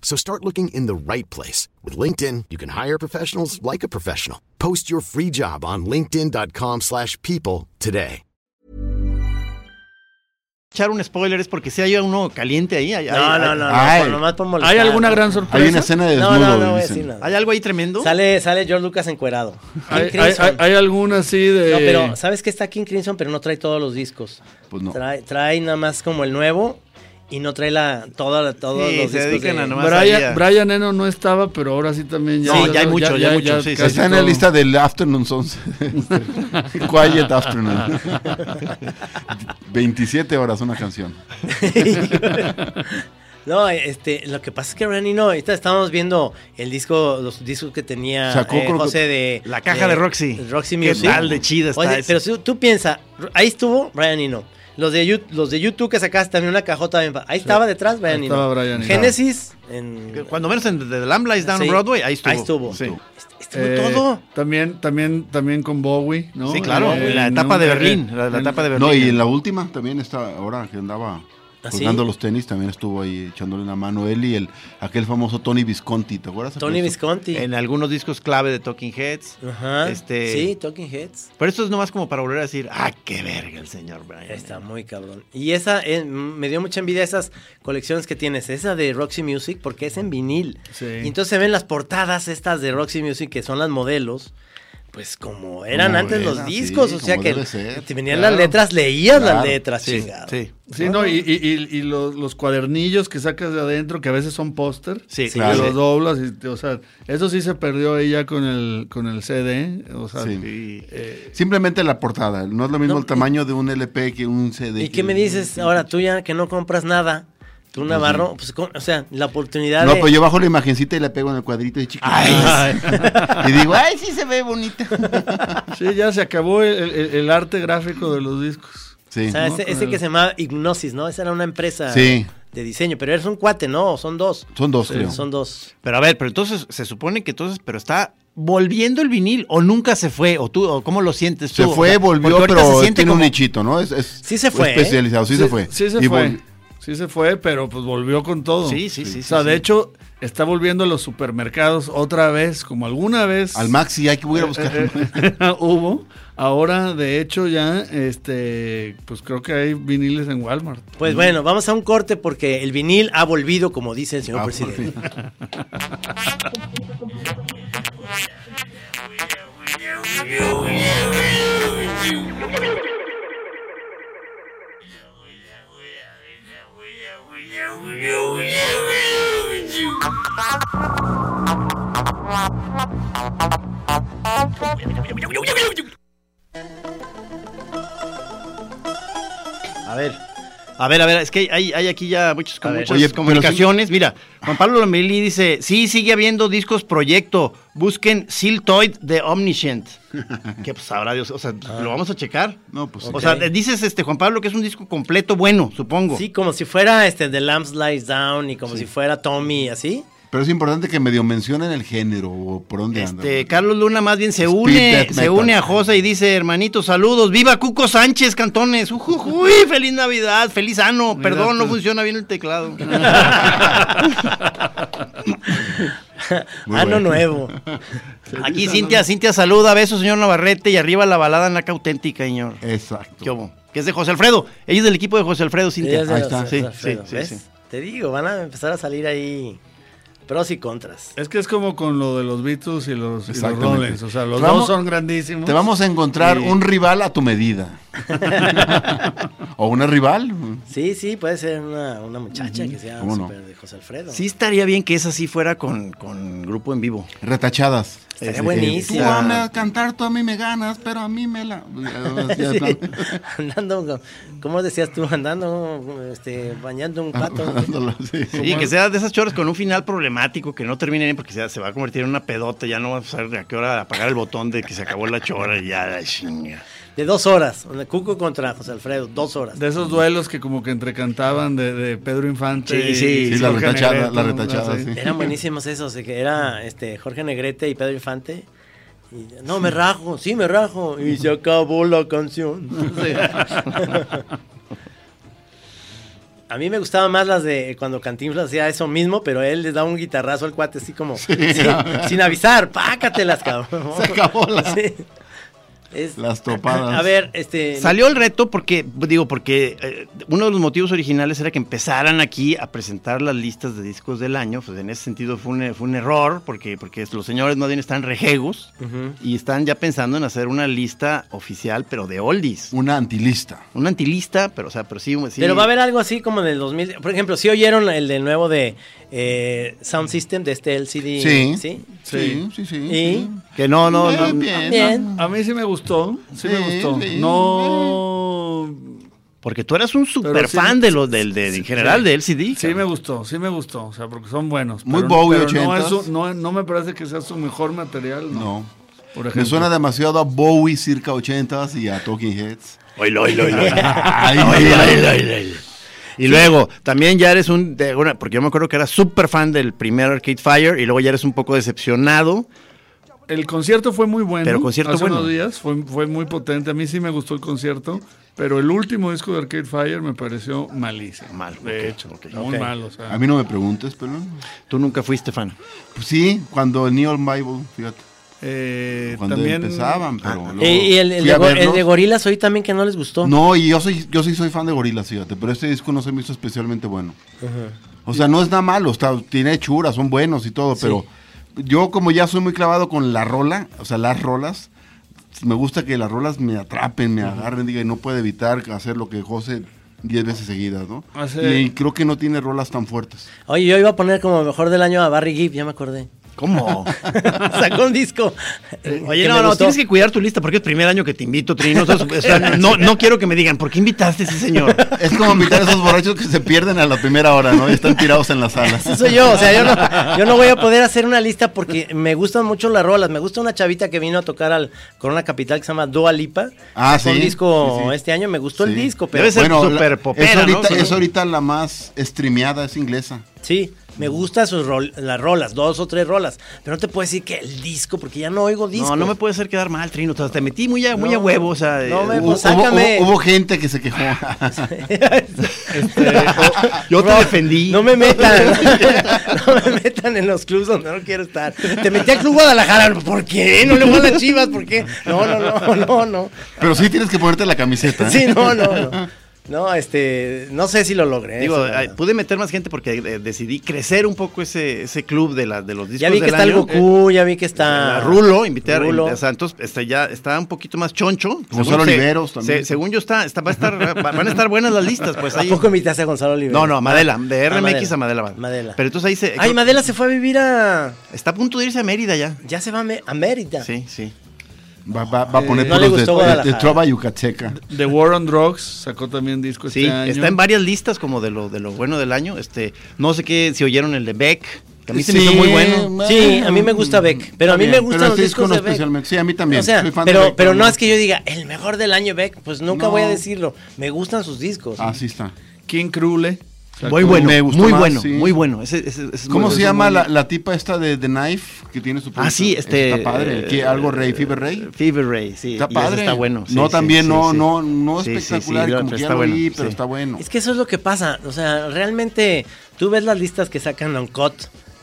So start looking in the right place. With LinkedIn, you can hire professionals like a professional. Post your free job on linkedin.com/people slash people today.
echar un spoiler es porque si hay uno caliente ahí. Hay,
No,
hay-
no, no, no.
Ay.
por- nomás por molestar.
¿Hay alguna gran sorpresa?
Hay una escena de
No,
desnudo.
no, no voy a
dicen.
decir nada.
¿Hay algo ahí tremendo?
Sale, sale George Lucas encuerado.
¿Hay,
King
hay-
Crimson.
hay- hay alguna así de.
No,
eh,
pero ¿sabes que está King Crimson? Pero no trae todos los discos.
Pues no.
Trae, trae nada más como el nuevo y no trae la, toda, la- todos
Sí,
los
se
discos <laughs>
dedican
de-
a nomás
Brian, Brian Eno no estaba, pero ahora sí también ya.
No, ya hay mucho, ya hay mucho, sí, sí,
casi
Está en la
todo.
lista del Afternoon Sons. <laughs> Quiet Afternoon. 27 horas una canción.
No, este, lo que pasa es que Rani no, ahorita estábamos viendo el disco, los discos que tenía
Sacó,
eh,
creo que-
José de
La caja de Roxy.
Roxy
¿Qué
Music.
tal de chida está
Oye,
esa?
pero si tú piensas, ahí estuvo Brian Eno. Los de, Yu- los de YouTube que sacaste también una cajota. bien pa- Ahí estaba detrás Brian
Ahí
Eno.
estaba Brian Eno.
Génesis. En,
Cuando menos en The Lamb Lies Down
Sí.
Broadway, ahí estuvo.
Ahí estuvo.
Sí.
Est- estuvo
Eh,
todo.
También, también, también con Bowie, ¿no?
Sí, claro,
Eh,
la
en
etapa de
un-
Berlín, la, la
en-
etapa de Berlín.
No, y en la última también está, ahora que andaba
¿Ah, sí?
colgando los tenis, también estuvo ahí echándole la mano él y el, aquel famoso Tony Visconti, ¿te acuerdas?
Tony
Aquel-
Visconti.
En algunos discos clave de Talking Heads.
Ajá.
Este-
Sí, Talking Heads.
Pero esto es nomás como para volver a decir, ah, qué verga el señor Brian.
Está muy cabrón. Y esa, eh, me dio mucha envidia esas colecciones que tienes. Esa de Roxy Music, porque es en vinil.
Sí.
Y entonces se ven las portadas estas de Roxy Music, que son las modelos. Pues como eran
Como
antes
era,
los discos,
sí,
o sea
como
que
debe ser,
te venían
claro.
las letras, leías las
Claro,
letras,
Sí,
chingado.
sí.
Sí, no, y, y- y- y los, los cuadernillos que sacas de adentro, que a veces son póster.
Sí,
Que
claro.
los doblas, y, o sea, eso sí se perdió ahí ya con el, con el CD, o sea,
Sí.
Sí.
eh,
Simplemente la portada, no es lo mismo
No,
el tamaño de un LP que un CD.
¿Y qué me dices ahora tú ya que no compras nada? Tú, Navarro, pues, con- o sea, la oportunidad
No,
de...
pues yo bajo la imagencita y la pego en el cuadrito y chiquito. <laughs> y digo, ay, sí se ve bonita.
sí, ya se acabó el, el- el arte gráfico de los discos.
<laughs>
Sí.
O sea,
¿no?
ese,
Con
ese
el-
que se llamaba Hipnosis, ¿no? Esa era una empresa
pues, eh. Sí.
de diseño, pero eres un cuate, ¿no? O Son dos.
Son dos, creo.
Son dos.
Pero a ver, pero entonces se supone que entonces, pero está volviendo el vinil o nunca se fue o tú o cómo lo sientes tú.
Se
O
fue,
sea,
volvió,
porque ahorita
pero
se siente
tiene
como-
un nichito, ¿no? Es, es
Sí se fue,
Especializado,
¿eh?
sí, se fue.
Sí se
Y
fue.
vol-
Sí se fue, pero pues volvió con todo.
Sí, sí, sí,
O sea,
sí,
de
sí.
hecho, está volviendo a los supermercados otra vez, como alguna vez.
Al Maxi hay que voy a ir a
Eh,
<laughs>
buscar.
eh, <laughs> Hubo. Ahora, de hecho, ya, este, pues creo que hay viniles en Walmart.
Pues bueno, vamos a un corte porque el vinil ha volvido, como dice el señor
Ah,
presidente. A ver,
A ver, a ver, es que hay, hay aquí ya muchos,
ver.
muchas
Oye, pero
comunicaciones. Mira, Juan Pablo Lomelí dice, sí, sigue habiendo discos proyecto, busquen Siltoid de Omniscient. que pues sabrá Dios, o sea, lo vamos a checar.
Ah. No, pues sí.
O sea, dices este Juan Pablo que es un disco completo bueno, supongo.
sí, como si fuera este The Lamb Lies Down y como si fuera Tommy, así.
Pero es importante que medio mencionen el género o por dónde anda.
Este, Carlos Luna más bien se
Speed
une,
death
se
metal.
une a José y dice, hermanito, saludos, viva Cuco Sánchez, Cantones, ujujuy, feliz Navidad, feliz ano,
Mira
perdón, no
tú.
funciona bien el
<laughs>
teclado.
Muy
Ano
bueno.
Ah, nuevo.
Aquí Cintia, Cintia saluda, besos, señor Navarrete, y arriba la balada naca auténtica, señor.
Exacto.
¿Qué hubo? Que es de José Alfredo, ella es del equipo de José Alfredo,
Ella
Cintia.
es de
Ahí
los-
está.
los
Sí,
Alfredo,
sí, sí,
¿ves?
sí.
Te digo, van a empezar a salir ahí pros y contras.
Es que es como con lo de los Beatles y los, y los
Exactamente.
Rollins. O sea, los
Te
dos
vamos-
son grandísimos.
Te vamos a encontrar
Eh.
Sí.
un rival a
<laughs>
tu medida. o una rival.
Sí, sí, puede ser una, una muchacha que sea
¿Cómo no?
súper de José Alfredo.
Sí estaría bien que esa sí fuera con, con grupo en vivo.
Retachadas.
Estaría
Este,
buenísimo.
Tú dame a cantar, tú a mí me ganas, pero a mí me la. <laughs> Ya,
Sí.
ya, ya,
<laughs>
<laughs>
Andando, con- ¿cómo decías tú? Andando, este, bañando un pato.
Dándola, sí.
Sí, que sea de esas choras con un final problemático que no termine bien porque se, se va a convertir en una pedota, ya no vas a saber a qué hora apagar el botón de que se acabó la chora y ya la chinga.
De dos horas. una Cuco contra José Alfredo, dos horas.
De esos duelos que como que entrecantaban de, de Pedro Infante.
Sí, sí,
y
sí,
Jorge
la retachada,
Negrete,
la
¿no?
retachada,
Así.
sí. <laughs>
Eran buenísimos esos. de que Era este, Jorge Negrete y Pedro Infante. Y, no, me rajo, sí, me rajo. Y se acabó la
<laughs>
canción. A mí me gustaban más las de cuando Cantinflas hacía eso mismo, pero él les daba un guitarrazo al
<laughs>
cuate así como sin, sin avisar, pácatelas, cabrón.
Se acabó la-
<laughs> Sí. Es-
Las topadas.
A ver, este.
Salió el reto porque, digo, porque eh, uno de los motivos originales era que empezaran aquí a presentar las listas de discos del año. Pues en ese sentido fue un, fue un error porque, porque los señores más bien están rejegos
Ujú.
y están ya pensando en hacer una lista oficial, pero de oldies.
Una antilista.
Una antilista, pero o sea, pero sí. sí.
Pero va a haber algo así como del 2000. Por ejemplo, si oyeron el de nuevo de eh, Sound System, de este LCD.
Sí.
¿Sí?
Sí, sí, sí.
¿Y?
Que no, no,
Bien,
no.
bien.
Bien.
A mí sí me gustó. Sí, me
Sí,
gustó.
sí.
No.
Porque tú eras un super
Pero sí-
fan de los del, de, en general de LCD.
Sí,
cabrón.
me gustó, sí me gustó. O sea, porque son buenos.
Muy
pero-
Bowie
pero no,
80s.
es su- no, no me parece que sea su mejor material. No.
No.
Por
Me
ejemplo.
suena demasiado a Bowie circa 80s y a Talking Heads.
Oilo, oilo, oilo.
<laughs>
<laughs>
Ay,
Oilo, oilo, oilo, oilo. Y luego, también ya eres un. de una- porque yo me acuerdo que eras súper fan del primer Arcade Fire y luego ya eres un poco decepcionado.
El concierto fue muy bueno.
Pero concierto
hace
bueno.
unos días fue, fue muy potente. A mí sí me gustó el concierto. Pero el último disco de Arcade Fire me pareció malísimo.
Mal,
de
ok,
hecho.
ok,
muy
ok.
mal, o sea.
A mí no me preguntes, pero
Tú nunca fuiste fan.
Pues sí, cuando el Neil Bible, fíjate.
eh,
Cuando
también
empezaban, pero
Ah, Y,
luego
Eh, y el, el
fui
de,
a
go- el
verlos.
de Gorilas hoy también que no les gustó.
No, y yo soy, yo sí soy fan de gorilas, fíjate, pero este disco no se me hizo especialmente bueno. O sea, no es nada malo, está, tiene hechura, son buenos y todo, pero yo como ya soy muy clavado con la rola, o sea, las rolas, me gusta que las rolas me atrapen, me agarren, diga, y no puede evitar hacer lo que José diez veces seguidas, ¿no?
Hace-
Y creo que no tiene rolas tan fuertes. <laughs>
Oye, yo iba a poner como mejor del año a Barry Gibb, ya me acordé. <laughs>
¿Cómo?
Sacó un disco.
Eh,
Oye,
que <laughs>
no,
me
no,
gustó.
tienes que cuidar tu lista porque es el primer año que te invito, Trino. o sea, no, no quiero que me digan, ¿por qué invitaste a
<laughs>
ese señor?
Es como invitar a esos borrachos que se pierden a la primera hora, ¿no? Y están tirados en
<laughs>
las salas.
Ese soy yo, o sea, yo
<laughs>
no, yo no voy a poder hacer una lista porque me gustan mucho las rolas. Me gusta una chavita que vino a tocar al Corona Capital que se llama Dua Lipa.
Ah,
Sacó
sí,
Un disco
sí, sí.
este año, me gustó el
Sí.
disco, pero
Debe ser
la-
súper popera,
es
¿no?
ahorita,
Pero-
es ahorita la más streameada, es inglesa.
sí,
Mm.
me gustan sus rol- las rolas, dos o tres rolas. Pero no te puedo decir que el disco, porque ya no oigo disco.
No, no me puedes hacer quedar mal, Trino. o sea, te metí muy a, muy a huevo. O sea,
No me-
eh,
Pues sácame.
hubo- hubo gente que
<laughs>
se quejó.
yo te defendí.
<laughs> <laughs> No me
<laughs>
metan, no me metan en los clubs donde no quiero estar. Te metí al Club Guadalajara, ¿por qué? No le voy a las chivas, ¿por qué? No, no, no, no, no.
Pero sí tienes que ponerte la camiseta.
Ah.
¿eh?
Sí,
<laughs>
no, no, no. No, este, no sé si lo logré.
Digo,
eso, la
eh,
verdad.
pude meter más gente porque eh, decidí crecer un poco ese, ese club de, la, de los discos
ya vi que
del
está el
año.
Goku, ya vi que
A
está...
Rulo, invitar.
Rulo.
O sea, entonces este, ya está un poquito más choncho.
Gonzalo
Según se-
Oliveros también.
se- según yo, está, está- va a
<laughs>
estar, va- van a estar buenas las listas. Pues
¿A
ahí.
poco invitaste a Gonzalo Oliver?
No, eh, no, a Madela.
Ah,
De RMX
Madela.
a Madela. va.
Madela.
Pero entonces ahí se.
Ay, Madela se fue a vivir a...
Está a punto de irse a Mérida ya.
Ya se va a, Me- a Mérida.
Sí, sí.
Va, va- va a poner
Eh, No
por
le
los de,
gustó
de- de
Guadalajara.
Trova Yucateca.
The War on Drugs sacó también disco
Sí,
este año.
está en varias listas como de lo, de lo bueno del año. Este, no sé qué, si oyeron el de Beck, que a mí se me
Sí,
hizo muy bueno.
Sí, a mí me gusta Beck, pero a mí
También,
me gustan
pero
los
este disco
discos
no
de Beck.
especialmente. Sí, a mí también.
O sea,
Soy fan de
pero,
Beck,
pero
pero
no
no.
es que yo diga, el mejor del año Beck, pues nunca
No.
voy a decirlo. Me gustan sus discos.
Así Ah, está.
King Krule. sacó-
Muy bueno,
Me gustó
muy
más,
bueno,
sí.
muy bueno. Ese- ese- ese es muy
¿Cómo
bueno.
se llama la, la tipa esta de The Knife que tiene su producto?
sí, este,
Está padre.
eh,
¿Qué? ¿Algo Rey?
eh,
¿Fever Rey?
Fever Ray, sí.
Está
y ese
padre.
Está bueno. sí,
no,
sí,
también
sí,
no,
sí.
no, no
Sí, sí, sí,
espectacular,
la
como
otra
que ya
está
lo
bueno,
vi, pero
sí.
está bueno.
Es que eso es lo que pasa. O sea, realmente tú ves las listas que sacan Uncut,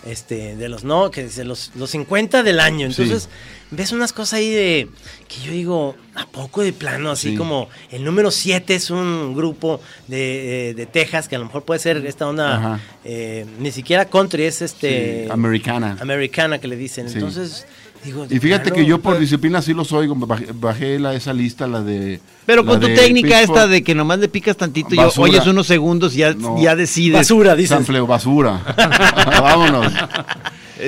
este, de los no, que dice los, los 50 del año.
Sí.
Entonces, ves unas cosas ahí de que yo digo, ¿a poco de plano? Así
Sí.
como el número 7 es un grupo de, eh, de Texas que a lo mejor puede ser esta onda,
Ajá.
eh, ni siquiera country, es este.
Sí, americana.
Americana que le dicen.
Sí.
Entonces, digo. de
Y fíjate
plano,
que yo por disciplina sí los oigo, baj- bajé la, esa lista, la de...
Pero
la
con tu
de
técnica
Pitchfork,
esta de que nomás le picas tantito y
Basura.
oyes unos segundos y ya,
No.
ya decides.
Basura, dicen.
Sanfleo, basura. <laughs> Vámonos.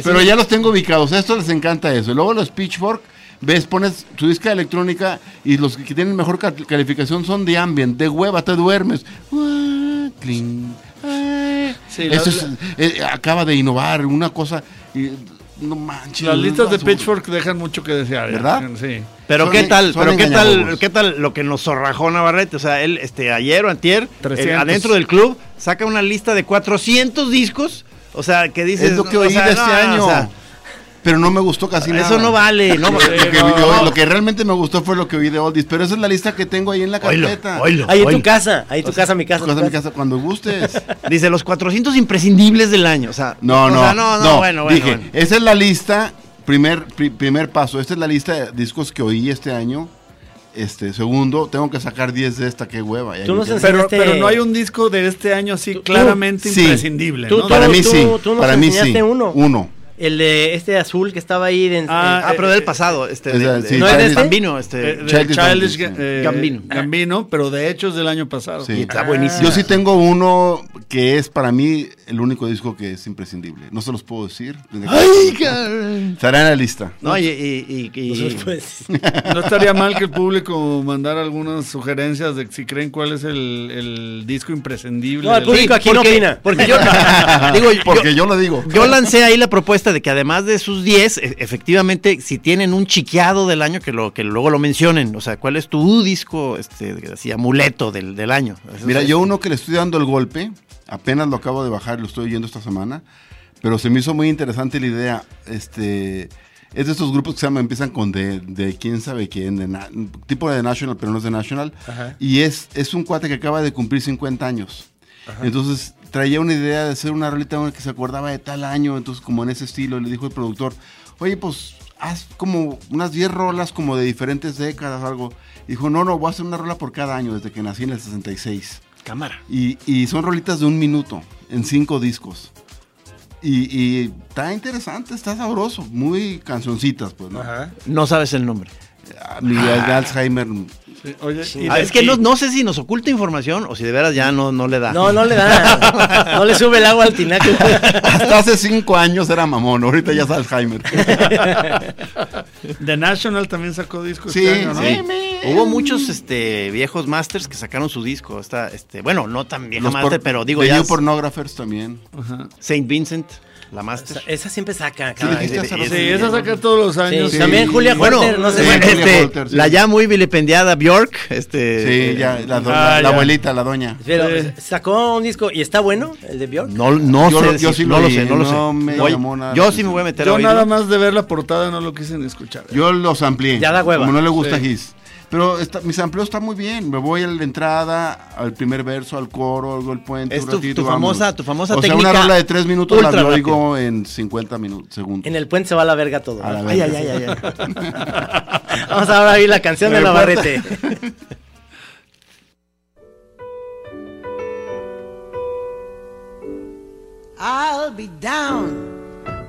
Pero ya los tengo ubicados. A estos les encanta eso. Y luego los Pitchfork, ves, pones tu disca electrónica y los que tienen mejor cal- calificación son de ambient. De hueva, te duermes. Ah, cling. Ah.
Sí, la-
eso es- eh, acaba de innovar una cosa. y, no manches.
Las listas de
basura.
Pitchfork dejan mucho que desear. ya.
¿Verdad?
Sí.
Pero
Son
qué
en-
tal,
son
pero qué tal,
engañabobos.
qué tal lo que nos zorrajó Navarrete, o sea, él este ayer o antier
300.
eh, adentro del club saca una lista de 400 discos, o sea, que dices
Es lo que
o
oí
sea,
de
no,
este
no,
año.
o sea,
pero no me gustó casi nada.
eso no
<laughs>
vale, no.
Lo que, lo que- yo- lo que realmente me gustó fue lo que oí de Oldies, pero esa es la lista que tengo ahí en la
Oílo,
carpeta.
oílo,
Ahí en
oílo.
tu casa, ahí tu casa, mi casa. tu
Cosa en mi
casa.
casa cuando gustes.
Dice los 400 imprescindibles del año, o sea,
No,
o
no,
sea,
no,
bueno, bueno,
Dije, eh,
bueno.
esa es la lista, primer, pri- primer paso. Esta es la lista de discos que oí este año. Este, segundo, tengo que sacar 10 de esta, qué hueva. Y
Tú
ahí
nos
ya-
enseñaste-
Pero, pero no hay un disco de este año así claramente
Sí.
imprescindible.
Tú-
¿no?
tú-
Para mí sí,
tú nos
para mí
enseñaste
sí.
uno.
Uno.
El de este azul que estaba ahí. de-
Ah,
Ah, pero del pasado, este,
eh, Es
de-
la-
de-
sí,
no es de
Childish-
Gambino,
Eh,
este,
de
Childish
Childish
Gambino.
Ga- eh,
Gambino.
Gambino, pero de hecho es del año pasado.
Sí.
está buenísimo.
Yo sí tengo uno que es para mí el único disco que es imprescindible. No se los puedo decir. ¡Ay, Estará en la lista.
no, y, y- y- y-
Pues,
No estaría mal que el público mandara algunas sugerencias de si creen cuál es el, el disco imprescindible.
No, el
del-
público aquí no
porque-
opina.
porque yo
<laughs>
digo, yo-
Porque yo lo digo.
Yo lancé ahí la propuesta de que además de sus 10, e- efectivamente, si tienen un chiqueado del año, que, lo, que luego lo mencionen. O sea, ¿cuál es tu disco, este, así, amuleto del, del año? Eso
Mira,
es-
yo uno que le estoy dando el golpe, apenas lo acabo de bajar, lo estoy oyendo esta semana, pero se me hizo muy interesante la idea. Este es de estos grupos que se llaman, empiezan con de, de quién sabe quién, de na- tipo de National, pero no es de National. Y es, es un cuate que acaba de cumplir 50 años. Entonces traía una idea de hacer una rolita que se acordaba de tal año, entonces como en ese estilo, le dijo el productor, oye, pues haz como unas 10 rolas como de diferentes décadas o algo. Dijo, no, no, voy a hacer una rola por cada año desde que nací en el 66.
Cámara.
Y, y son rolitas de un minuto en cinco discos. Y, y está interesante, está sabroso, muy cancioncitas, pues, ¿no?
No sabes el nombre.
Ah, Mi idea es de Alzheimer.
Sí, Oye, y-
Ah, es que no, no sé si nos oculta información o si de veras ya no, no le da.
no, no le da. No le sube el agua al tinaco. pues.
Hasta hace cinco años era mamón, ahorita ya
<laughs>
es Alzheimer.
The National también sacó disco
Sí,
este año, ¿no?
sí.
Hubo muchos este, viejos masters que sacaron su disco. Esta, este, bueno, no tan viejo
Los por-
master, pero digo
The
ya.
New Pornographers también.
Saint Vincent, la master.
Esa siempre saca.
Ah, Sí,
cabrón.
dijiste hace rato.
Sí, esa saca todos los años.
Sí, También Julia
Bueno,
Holter, no sé.
eh,
Julia
este,
Holter, sí.
la ya muy vilipendiada Bjork, este,
Sí,
eh,
ya, la, do-
Ah,
la- la
ya.
abuelita, la doña.
Pero sacó un disco y está bueno, el de Björk.
No, no
Yo
sé,
lo-
decir,
yo sí
no
lo
lo
oí,
sé, no lo sé.
no me
Voy-
llamó nada la
yo sí me
atención.
voy a meter a
Yo
oírlo.
nada más de ver la portada no lo quise ni escuchar.
Yo los amplié.
Ya da hueva.
Como no le gusta
Sí.
Gis. Pero está- mis amplios están muy bien. Me voy a la entrada, al primer verso, al coro, algo el puente.
Es
un
tu- tu famosa-
vámonos.
tu famosa
o
técnica
sea, una rola de tres minutos la
ultra rápido.
oigo en 50 minutos, segundos.
En el puente se va a la verga todo.
A la
¿no?
verga.
Ay, ay, ay, ay. Vamos ahora a oír la canción de Navarrete.
I'll be down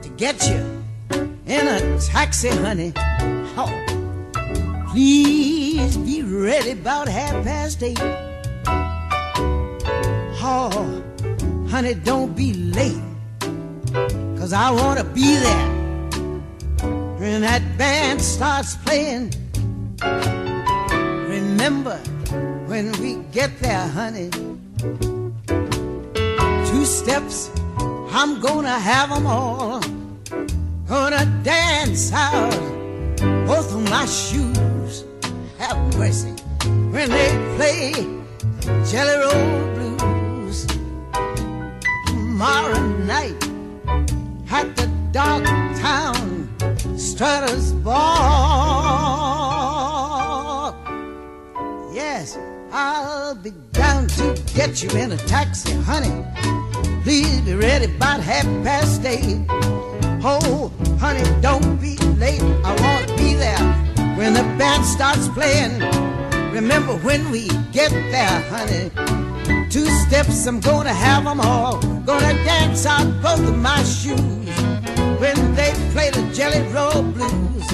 to get you in a taxi, honey. Oh, please be ready about half past eight. Oh, honey, don't be late, cause I wanna be there when that band starts playing. Remember when we get there, honey two steps, I'm gonna have 'em all. Gonna dance out both of my shoes. Have mercy when they play Jelly Roll Blues. Tomorrow night at the Dog Town Strutters Ball. Yes, I'll be down to get you in a taxi, honey. Please be ready about half past eight. Oh, honey, don't be late. I won't be there when the band starts playing. Remember when we get there, honey. Two steps, I'm gonna have 'em all. Gonna dance out both of my shoes when they play the Jelly Roll Blues.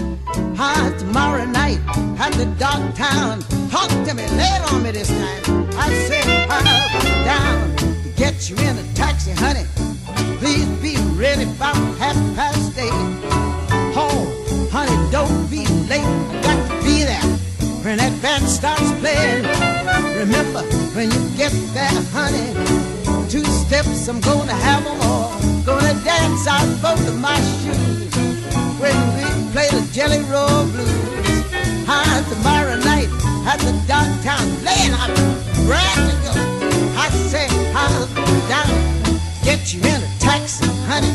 High tomorrow night at the dog town. Talk to me, lay it on me this time. I said, up down to get you in a taxi, honey. Please be ready by half past eight. Oh, honey, don't be late. I got to be there when that band starts playing. Remember when you get there, honey. Two steps, I'm gonna have 'em all. Gonna dance out both of my shoes when we play the Jelly Roll Blues. High tomorrow night at the downtown laying out practical. I say, I'll go down, get you in a taxi, honey.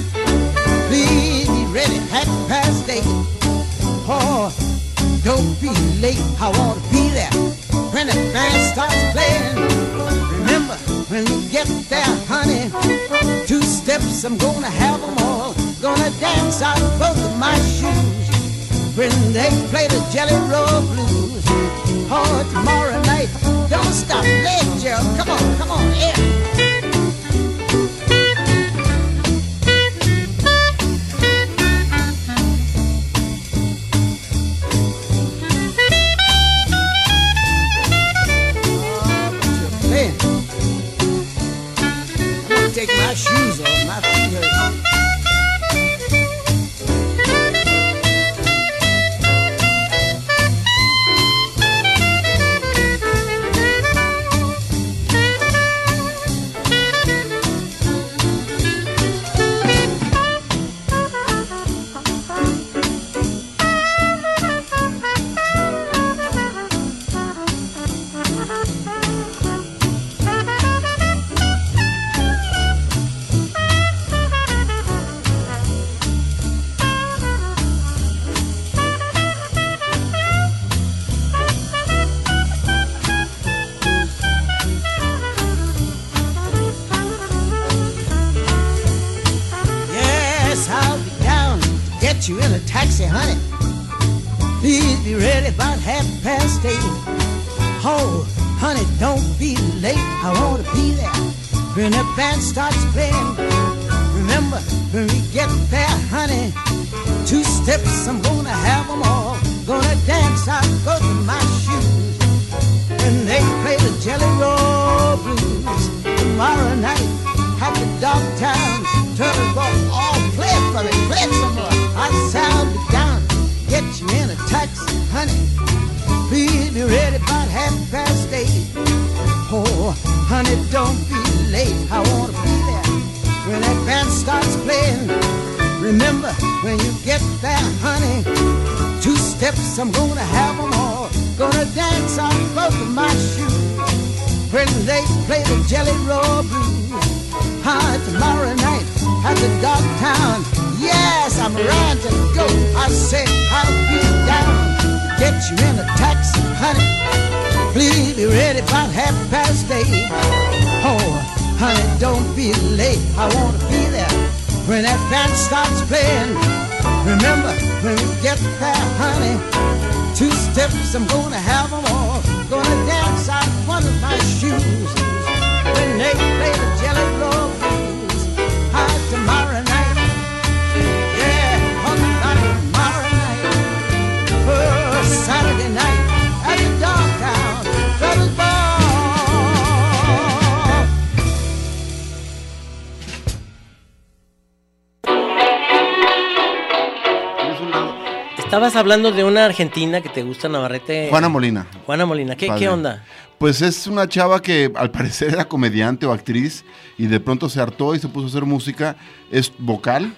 Please be ready, half past eight. Oh, don't be late, I wanna be there when the band starts playing. Remember when we get there, honey. Two steps, I'm gonna have 'em all. Gonna dance out both of my shoes when they play the Jelly Roll Blues.
hard tomorrow night. Don't stop, let Gerald. Come on, come on, yeah. Man, I'm gonna take my shoes off. My feet hurt. Yes, I'll be down to get you in a taxi, honey. Please be ready about half past eight. Oh, honey, don't be late. I want to be there when the band starts playing. Remember, when we get there, honey, two steps, I'm gonna have 'em all. Gonna dance out both of my shoes. And they play the Jelly Roll Blues tomorrow night at the Dogtown Turtle Ball. All oh, play it for me, play it some more. I will be down, get you in a taxi, honey. Please be ready about half past eight. Oh, honey, don't be late. I wanna be there when that band starts playing. Remember, when you get there, honey, two steps, I'm gonna have 'em all. Gonna dance on both of my shoes when they play the Jelly Roll Blues. High tomorrow night at the Dog Town. Yes, I'm around to go. I said I'll be down. Get you in a taxi, honey. Please be ready about half past eight. Oh, honey, don't be late. I want to be there when that band starts playing. Remember, when we get there, honey, two steps, I'm gonna have 'em all. Gonna dance out one of my shoes when they play the Jelly Roll Blues. High tomorrow night. Yeah, on the night tomorrow night. Oh, Saturday night at the Dog Town Feathers Ball.
Estabas hablando de una argentina que te gusta, Navarrete.
Juana Molina.
Juana Molina, ¿qué,
Padre.
qué onda?
Pues es una chava que al <laughs> parecer era comediante o actriz y de pronto se hartó y se puso a hacer música. Es vocal,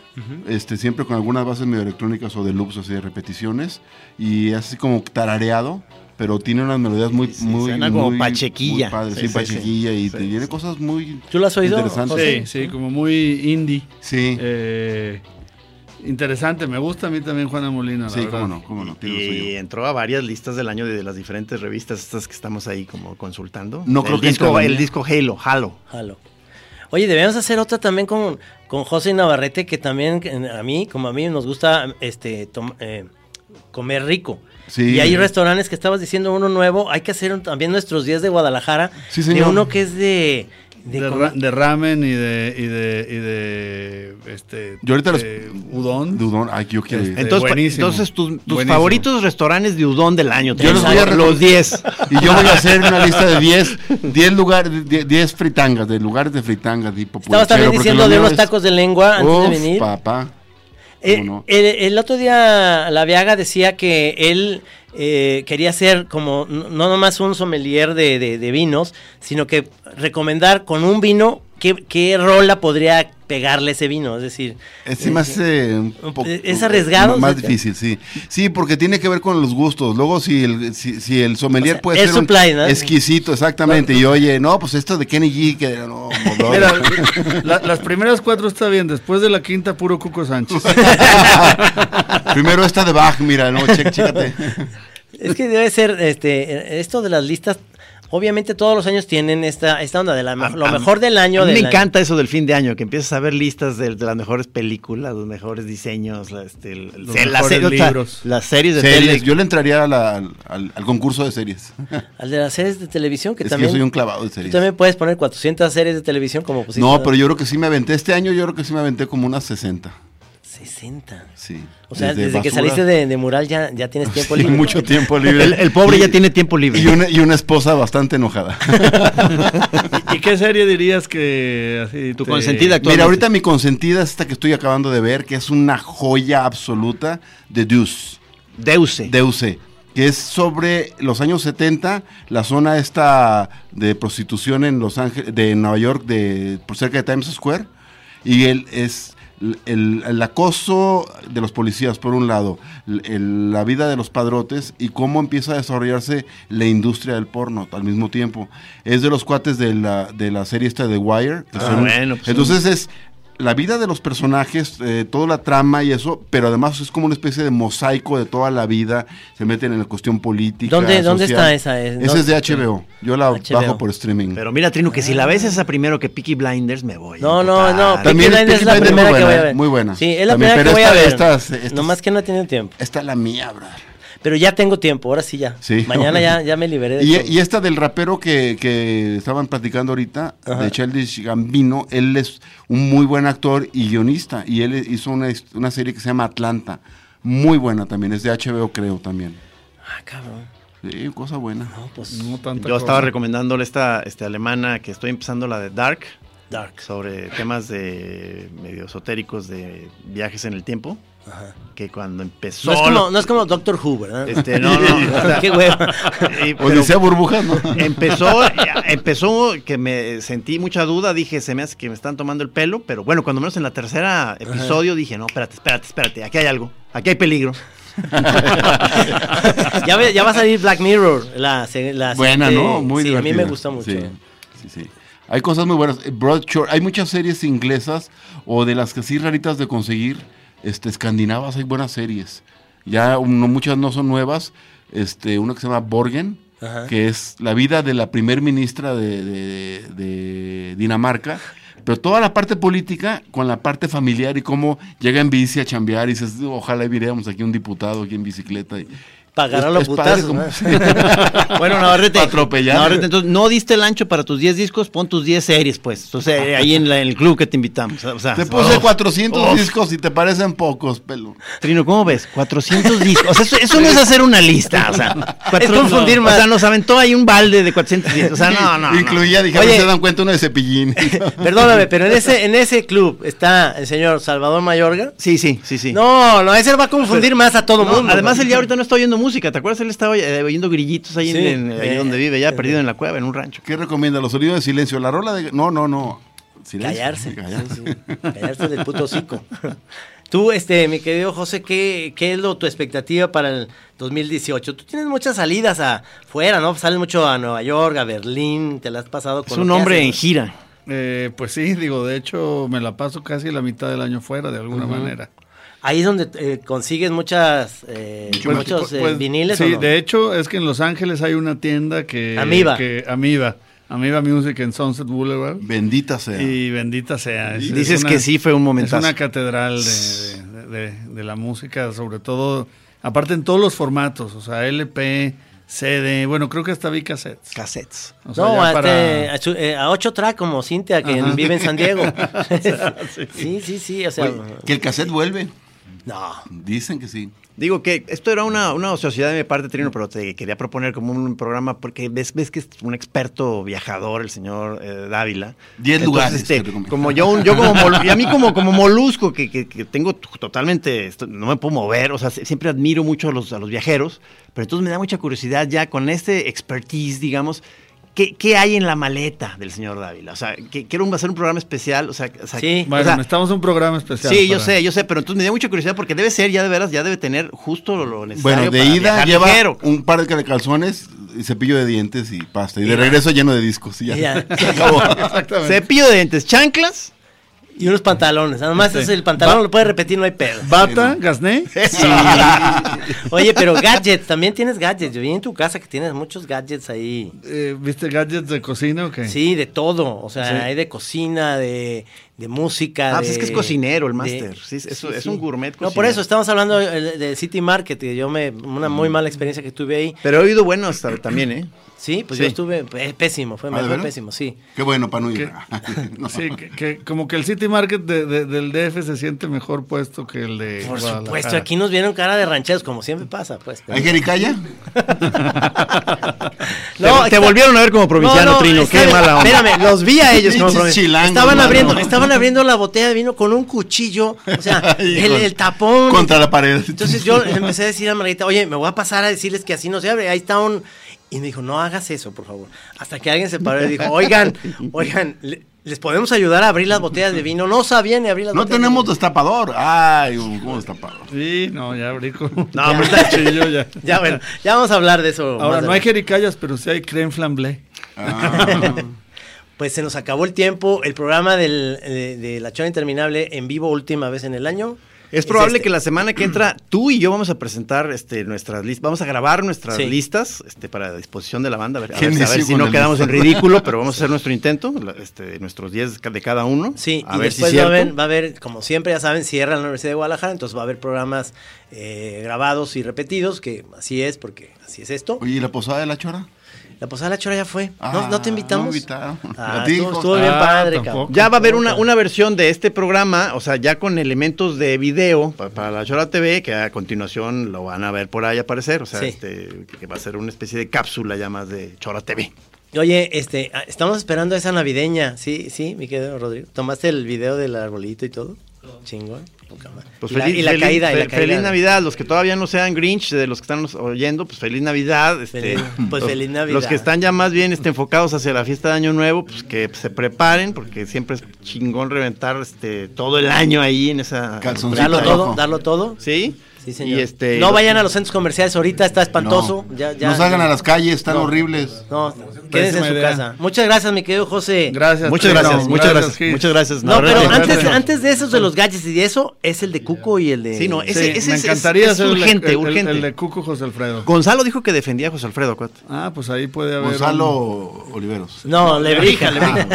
este, siempre con algunas bases medio electrónicas o de loops, así de repeticiones. Y así como tarareado, pero tiene unas melodías muy. muy
suena como
muy-
pachequilla.
muy padres,
Sí,
sí,
sí,
pachequilla.
sí.
y te- tiene cosas muy.
¿Tú lo has oído,
Interesantes.
Sí, sí, como muy indie.
Sí.
Eh, interesante, me gusta a mí también Juana Molina. la verdad.
Y entró a varias listas del año de las diferentes revistas estas que estamos ahí como consultando.
No
el
creo que
disco,
Escalonia.
el disco Halo, Halo.
Jalo. Oye, debemos hacer otra también con, con José Navarrete, que también eh, a mí, como a mí, nos gusta este tom- eh, comer rico.
Sí.
Y hay restaurantes que estabas diciendo uno nuevo, hay que hacer un- también nuestros días de Guadalajara,
Sí,
de
señor.
uno que es de... de
De,
comer-
ra- de ramen y de, y de, y de este,
Yo ahorita los-
eh, udon.
De udon, ay, yo quiero ir.
Este,
Entonces, pa-
buenísimo.
entonces tus, tus
Buenísimo.
favoritos restaurantes de udón del año.
Yo los voy a
los 10.
Y yo voy a hacer una lista de 10 10 lugares, 10 10 fritangas, de lugares de fritangas. Tipo
Estabas también diciendo de unos tacos de lengua antes de venir.
papá.
Eh,
¿Cómo no?
el, el otro día la Viaga decía que él eh, quería ser como n- no nomás un sommelier de, de- de vinos, sino que recomendar con un vino qué, qué rola podría pegarle ese vino. Es decir,
Es, sí, más, eh, un poco-
¿es arriesgado?
Más
Sí, sí.
difícil, sí. Sí, porque tiene que ver con los gustos. Luego, si el, si, si el sommelier
O sea,
puede
es
ser un
supply, ¿no?
exquisito, exactamente. Y oye, no, pues esto de Kenny G, que no,
<laughs>
no, no.
Mira, la- las primeras cuatro está bien, después de la quinta, puro Cuco <laughs> Sánchez.
<laughs> Primero esta
<laughs>
de Bach, mira, no, che- chécate.
es que debe ser este esto de las listas. obviamente todos los años tienen esta, esta onda de la, lo mejor del año.
A mí
del
me
año.
encanta eso del fin de año, que empiezas a ver listas de, de las mejores películas, los mejores diseños, la- este, el- el-
Los
se-
mejores
las series, o sea,
libros.
las series de
Series,
tele.
Yo le entraría a la- al, al concurso de series.
Al de las series de televisión, que
Es que
también.
yo soy un clavado de series.
Tú también puedes poner 400 series de televisión como pusiste.
no, pero yo creo que sí me aventé. Este año yo creo que sí me aventé como unas 60.
60.
Sí.
O sea, desde, que saliste de, de Mural ya, ya tienes tiempo
<laughs> Sí,
libre.
<laughs> mucho tiempo libre.
El- el pobre
Y-
ya tiene tiempo libre.
Y una, y una esposa bastante
<laughs>
enojada.
¿Y qué serie dirías que así
Tu
te-
consentida actualmente.
Mira, ahorita mi consentida es esta que estoy acabando de ver, que es una joya absoluta de Deuce.
Deuse.
Deuse. Que es sobre los años 70, la zona esta de prostitución en Los Ángeles, de Nueva York, de, por cerca de Times Square. Y él es el, el- el acoso de los policías, por un lado, el- el- la vida de los padrotes y cómo empieza a desarrollarse la industria del porno al mismo tiempo. Es de los cuates de la, de la serie esta de Wire. que
Ah, bueno, pues,
entonces es la vida de los personajes, eh, toda la trama y eso, pero además es como una especie de mosaico de toda la vida. Se meten en la cuestión política.
¿Dónde- dónde
social.
está esa? ¿Es-
Esa es de
dónde-
HBO. Yo la
HBO.
bajo por streaming.
Pero mira, Trino, que si
Ah.
la ves esa primero que Peaky Blinders, me voy.
No, no, no. Peaky Blinders
También Peaky
es la
Blinders
primera
muy
que voy
buena,
a ver.
¿eh? Muy buena.
Sí, es la
También,
primera que
pero
voy a ver.
esta- esta- esta-
Nomás que no he tenido tiempo.
Esta es la mía, brother.
Pero ya tengo tiempo, ahora sí ya.
Sí.
Mañana ya, ya me liberé de
Y,
todo.
y esta del rapero que, que estaban platicando ahorita,
Ajá.
de Childish Gambino, él es un muy buen actor y guionista. Y él hizo una, una serie que se llama Atlanta. Muy buena también. Es de HBO, creo, también.
Ah, cabrón.
Sí, cosa buena.
No, pues.
No tanta
Yo estaba
cosa.
recomendándole esta este, alemana que estoy empezando, la de Dark,
Dark.
sobre temas de medio esotéricos de viajes en el tiempo.
Ajá.
Que cuando empezó.
No es, como, no es como Doctor Who, ¿verdad?
Este, no, no. o
<laughs>
sea,
Qué hueva.
y-
O
pero
decía burbujas, ¿no?
empezó, empezó que me sentí mucha duda, dije, se me hace que me están tomando el pelo, pero bueno, cuando menos en la tercera episodio dije, no, espérate, espérate, espérate, aquí hay algo, aquí hay peligro.
ya, ve- ya va a salir Black Mirror. La, se- la
Buena,
siguiente-
¿no? Muy
sí,
divertida.
a mí me gusta mucho.
Sí, sí, sí. Hay cosas muy buenas. Eh, Broad Shore, hay muchas series inglesas o de las que sí raritas de conseguir, este, escandinavas, hay buenas series. Ya um, no, muchas no son nuevas. Este, una que se llama Borgen,
Ajá.
que es la vida de la primer ministra de, de- de Dinamarca. Pero toda la parte política con la parte familiar y cómo llega en bici a chambear y dices, ojalá viéramos aquí un diputado aquí en bicicleta. Y,
Pagará
Es-
los
es padre
putazos.
como-
<laughs>
<laughs>
¿no?
Bueno, Navarrete,
Atropellar.
Navarrete, entonces no diste el ancho para tus 10 discos, pon tus 10 series, pues. Entonces eh, ahí en, la- en el club que te invitamos. o sea,
Te puse
oh,
400
oh,
discos y te parecen pocos, pelo.
Trino, ¿cómo ves? 400 discos. O sea, eso, <laughs> eso no es hacer una lista. O sea, cuatro-
confundir
no,
más.
O sea, nos aventó ahí un balde de 400 discos. O sea, no, no. no.
Incluía, dije, a ver
Oye.
si se dan cuenta uno de cepillín. <laughs>
Perdóname, pero en ese, en ese club está el señor Salvador Mayorga.
Sí, sí, sí, sí.
No, no, ese va a confundir más a todo
No,
mundo.
Además, él ya ahorita no está oyendo música. ¿Te acuerdas? Él estaba eh, oyendo grillitos ahí, en-
Sí.
en, ahí
Eh,
donde vive, ya
eh,
perdido en la cueva, en un rancho.
¿Qué recomienda? Los sonidos de silencio. La rola de. No, no, no. Silencio.
Callarse.
Callarse.
sí, sí. Callarse del puto hocico. <laughs> Tú, este, mi querido José, ¿qué, qué es lo, tu expectativa para el 2018? Tú tienes muchas salidas afuera, ¿no? Sales mucho a Nueva York, a Berlín, te la has pasado con...
Es
lo
un
que
hombre
haces,
en
¿no?
gira.
Eh, pues sí, digo, de hecho me la paso casi la mitad del año fuera de alguna manera.
Ahí es donde eh, consigues muchas, eh,
Pues,
muchos
pues,
eh,
pues,
viniles.
Sí,
¿o no?
de hecho es que en Los Ángeles hay una tienda que...
Amiba.
Que, Amiba. Amiba Music en Sunset Boulevard.
Bendita sea.
Y bendita sea. es- es
Dices que sí, fue un momentazo.
Es una catedral de, de- de- de la música, sobre todo, aparte en todos los formatos, o sea, LP, CD, bueno, creo que hasta vi cassettes.
Cassettes.
O sea,
no,
este,
ya
a,
para-
te- a su- eh, a ocho track como Cintia, que
Ajá.
vive en San
<laughs>
Diego.
sí.
sí, sí, sí, o sea...
Oye, que el cassette vuelve.
No.
Dicen que sí.
Digo que esto era una, una ociosidad de mi parte, Trino, pero te quería proponer como un programa, porque ves, ves que es un experto viajador, el señor eh, Dávila.
Diez
Entonces,
lugares
este,
que recomienda.
como yo, un- yo como mol- y a mí como, como molusco, que, que- que tengo t- totalmente, esto- no me puedo mover, o sea, se- siempre admiro mucho a los, a los viajeros, pero entonces me da mucha curiosidad ya con este expertise, digamos. ¿Qué, qué hay en la maleta del señor Dávila? O sea, que, quiero hacer un programa especial. O sea, o sea,
Sí.
o
Bueno,
sea,
necesitamos un programa especial.
Sí, yo
para- <laughs>
sé, yo sé, pero entonces me dio mucha curiosidad porque debe ser, ya de veras, ya debe tener justo lo, lo necesario.
Bueno, de
para
ida
viajar
lleva
ligero.
un par de calzones, y cepillo de dientes y <laughs> pasta. Y de regreso lleno de discos. Y ya.
Ya.
Se acabó.
Cepillo de dientes, chanclas
Y Y unos pantalones. Además,
Sí.
es el pantalón
Ba-
lo puedes repetir, no hay pedo.
Bata, gasné.
Sí. Oye, pero gadgets, también tienes gadgets. Yo vi en tu casa que tienes muchos gadgets ahí.
Eh, ¿Viste gadgets de cocina o qué?
Sí, de todo. O sea,
Sí.
hay de cocina, de, de música.
Ah, pues es que es
de-
cocinero el
de-
máster. Sí, es- es- es un gourmet
No, por
cocinero.
eso estamos hablando eh, de City Market. que Yo me. Una muy
Mm.
mala experiencia que tuve ahí.
Pero he oído bueno hasta también, ¿eh?
Sí, pues
Sí.
yo estuve eh, pésimo. Fue,
Ah,
me
¿de
fue
veras?
pésimo, sí.
Qué bueno para no
ir.
<laughs> No.
Sí, que, que como que el City Market de- de- del DF se siente mejor puesto que el de.
Por
Guadalajara.
supuesto, aquí nos vieron cara de rancheros, como siempre pasa, pues.
¿Hay jericaya?
Te- te volvieron a ver como provinciano, Trino, qué
espérame,
mala onda.
Espérame, los vi a ellos como
Pinches
provinciano.
chilangos,
Estaban
mano.
abriendo, estaban abriendo la botella de vino con un cuchillo, o <laughs>
<laughs>
sea, el, el tapón.
Contra la pared.
Entonces yo empecé a decir a Margarita, oye, me voy a pasar a decirles que así no se abre, ahí está un... Y me dijo, no hagas eso, por favor. Hasta que alguien se paró y dijo, <laughs> oigan, oigan, le- ¿les podemos ayudar a abrir las botellas de vino? No sabían ni abrir las
No
botellas.
tenemos destapador. Ay, ¿cómo destapador?
Sí, no, ya abrí con.
Ya.
No, está chillo ya.
Ya, bueno, ya vamos a hablar de eso. más
Ahora, no hay
adelante.
jericayas, pero sí hay creme flamblé.
Ah.
<laughs> Pues se nos acabó el tiempo. El programa del, eh, de, La Chora Interminable en vivo, última vez en el año.
Es probable
este.
que la semana que entra tú y yo vamos a presentar este, nuestras listas, vamos a grabar nuestras
Sí.
listas este, para disposición de la banda, a ver, a
Qué
ver- a ver
necio
si
con
no
la
quedamos en
lista.
ridículo, pero vamos a hacer nuestro intento, la- este, nuestros 10 ca- de cada uno. Sí, a
y
ver
después
si es
va, a
cierto.
haber, va a haber, como siempre, ya saben, cierra la Universidad de Guadalajara, entonces va a haber programas eh, grabados y repetidos, que así es, porque así es esto.
Oye, ¿y la posada de la chora?
La posada de la chora ya fue.
Ah,
no, no te invitamos.
no me invitaron.
<laughs>
Ah,
A ti,
estuvo,
Jorge.
estuvo bien
Ah,
padre,
tampoco.
cabrón.
Ya va a haber una, una versión de este programa, o sea, ya con elementos de video pa- para la Chora TV, que a continuación lo van a ver por ahí aparecer, o sea,
Sí.
este, que va a ser una especie de cápsula ya más de Chora TV.
Oye, este, ah, estamos esperando esa navideña. Sí, sí, mi querido Rodrigo. ¿Tomaste el video del arbolito y todo? Chingón. poca madre.
Pues
y, la,
feliz,
y la
feliz-
caída, y la
fe-
caída.
feliz Navidad, los que todavía no sean Grinch, de los que están oyendo, pues feliz Navidad. este,
Feliz- pues,
los-
feliz Navidad.
Los que están ya más bien este, enfocados hacia la fiesta de Año Nuevo, pues que se preparen, porque siempre es chingón reventar este, todo el año ahí en esa...
Calzoncito
Darlo
sorpresa.
todo, darlo todo.
¿Sí?
Sí, señor.
Y este,
no vayan a los centros comerciales ahorita, está espantoso.
No.
ya, ya,
No salgan
ya.
a las calles, están
No.
horribles.
No, quédense en
Pésima
su
idea.
casa. Muchas gracias, mi querido José.
Gracias.
Muchas
Trino.
gracias, muchas gracias,
Gil.
muchas gracias.
No, pero
realmente.
antes, antes de esos de los gadgets y de eso, es el de Cuco y el de.
Sí, no, ese-
Sí,
ese
me
es-
encantaría
es
hacer el-
urgente,
el, el-
urgente.
el de Cuco José Alfredo.
Gonzalo dijo que defendía a José Alfredo, cuate.
Ah, pues ahí puede haber.
Gonzalo
un-
Oliveros.
No, Lebrija, Lebrija.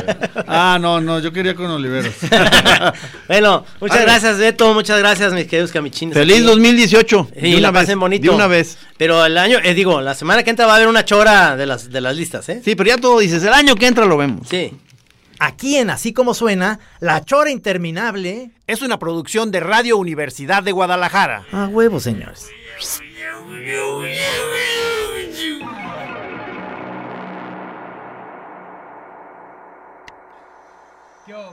Ah, no, no, yo quería con Oliveros.
<laughs> Bueno, muchas
Ándale.
gracias, Beto. Muchas gracias, mis queridos camichines.
Feliz
Aquí.
2018.
Sí, la pasen bonito.
De una vez.
Pero el año, eh, digo, la semana que entra va a haber una chora de las, de las listas, ¿eh?
Sí, pero ya todo dices, el año que entra lo vemos.
Sí.
Aquí en Así Como Suena, La Chora Interminable.
Es una producción de Radio Universidad de Guadalajara.
A huevo, señores.
¿Qué hubo?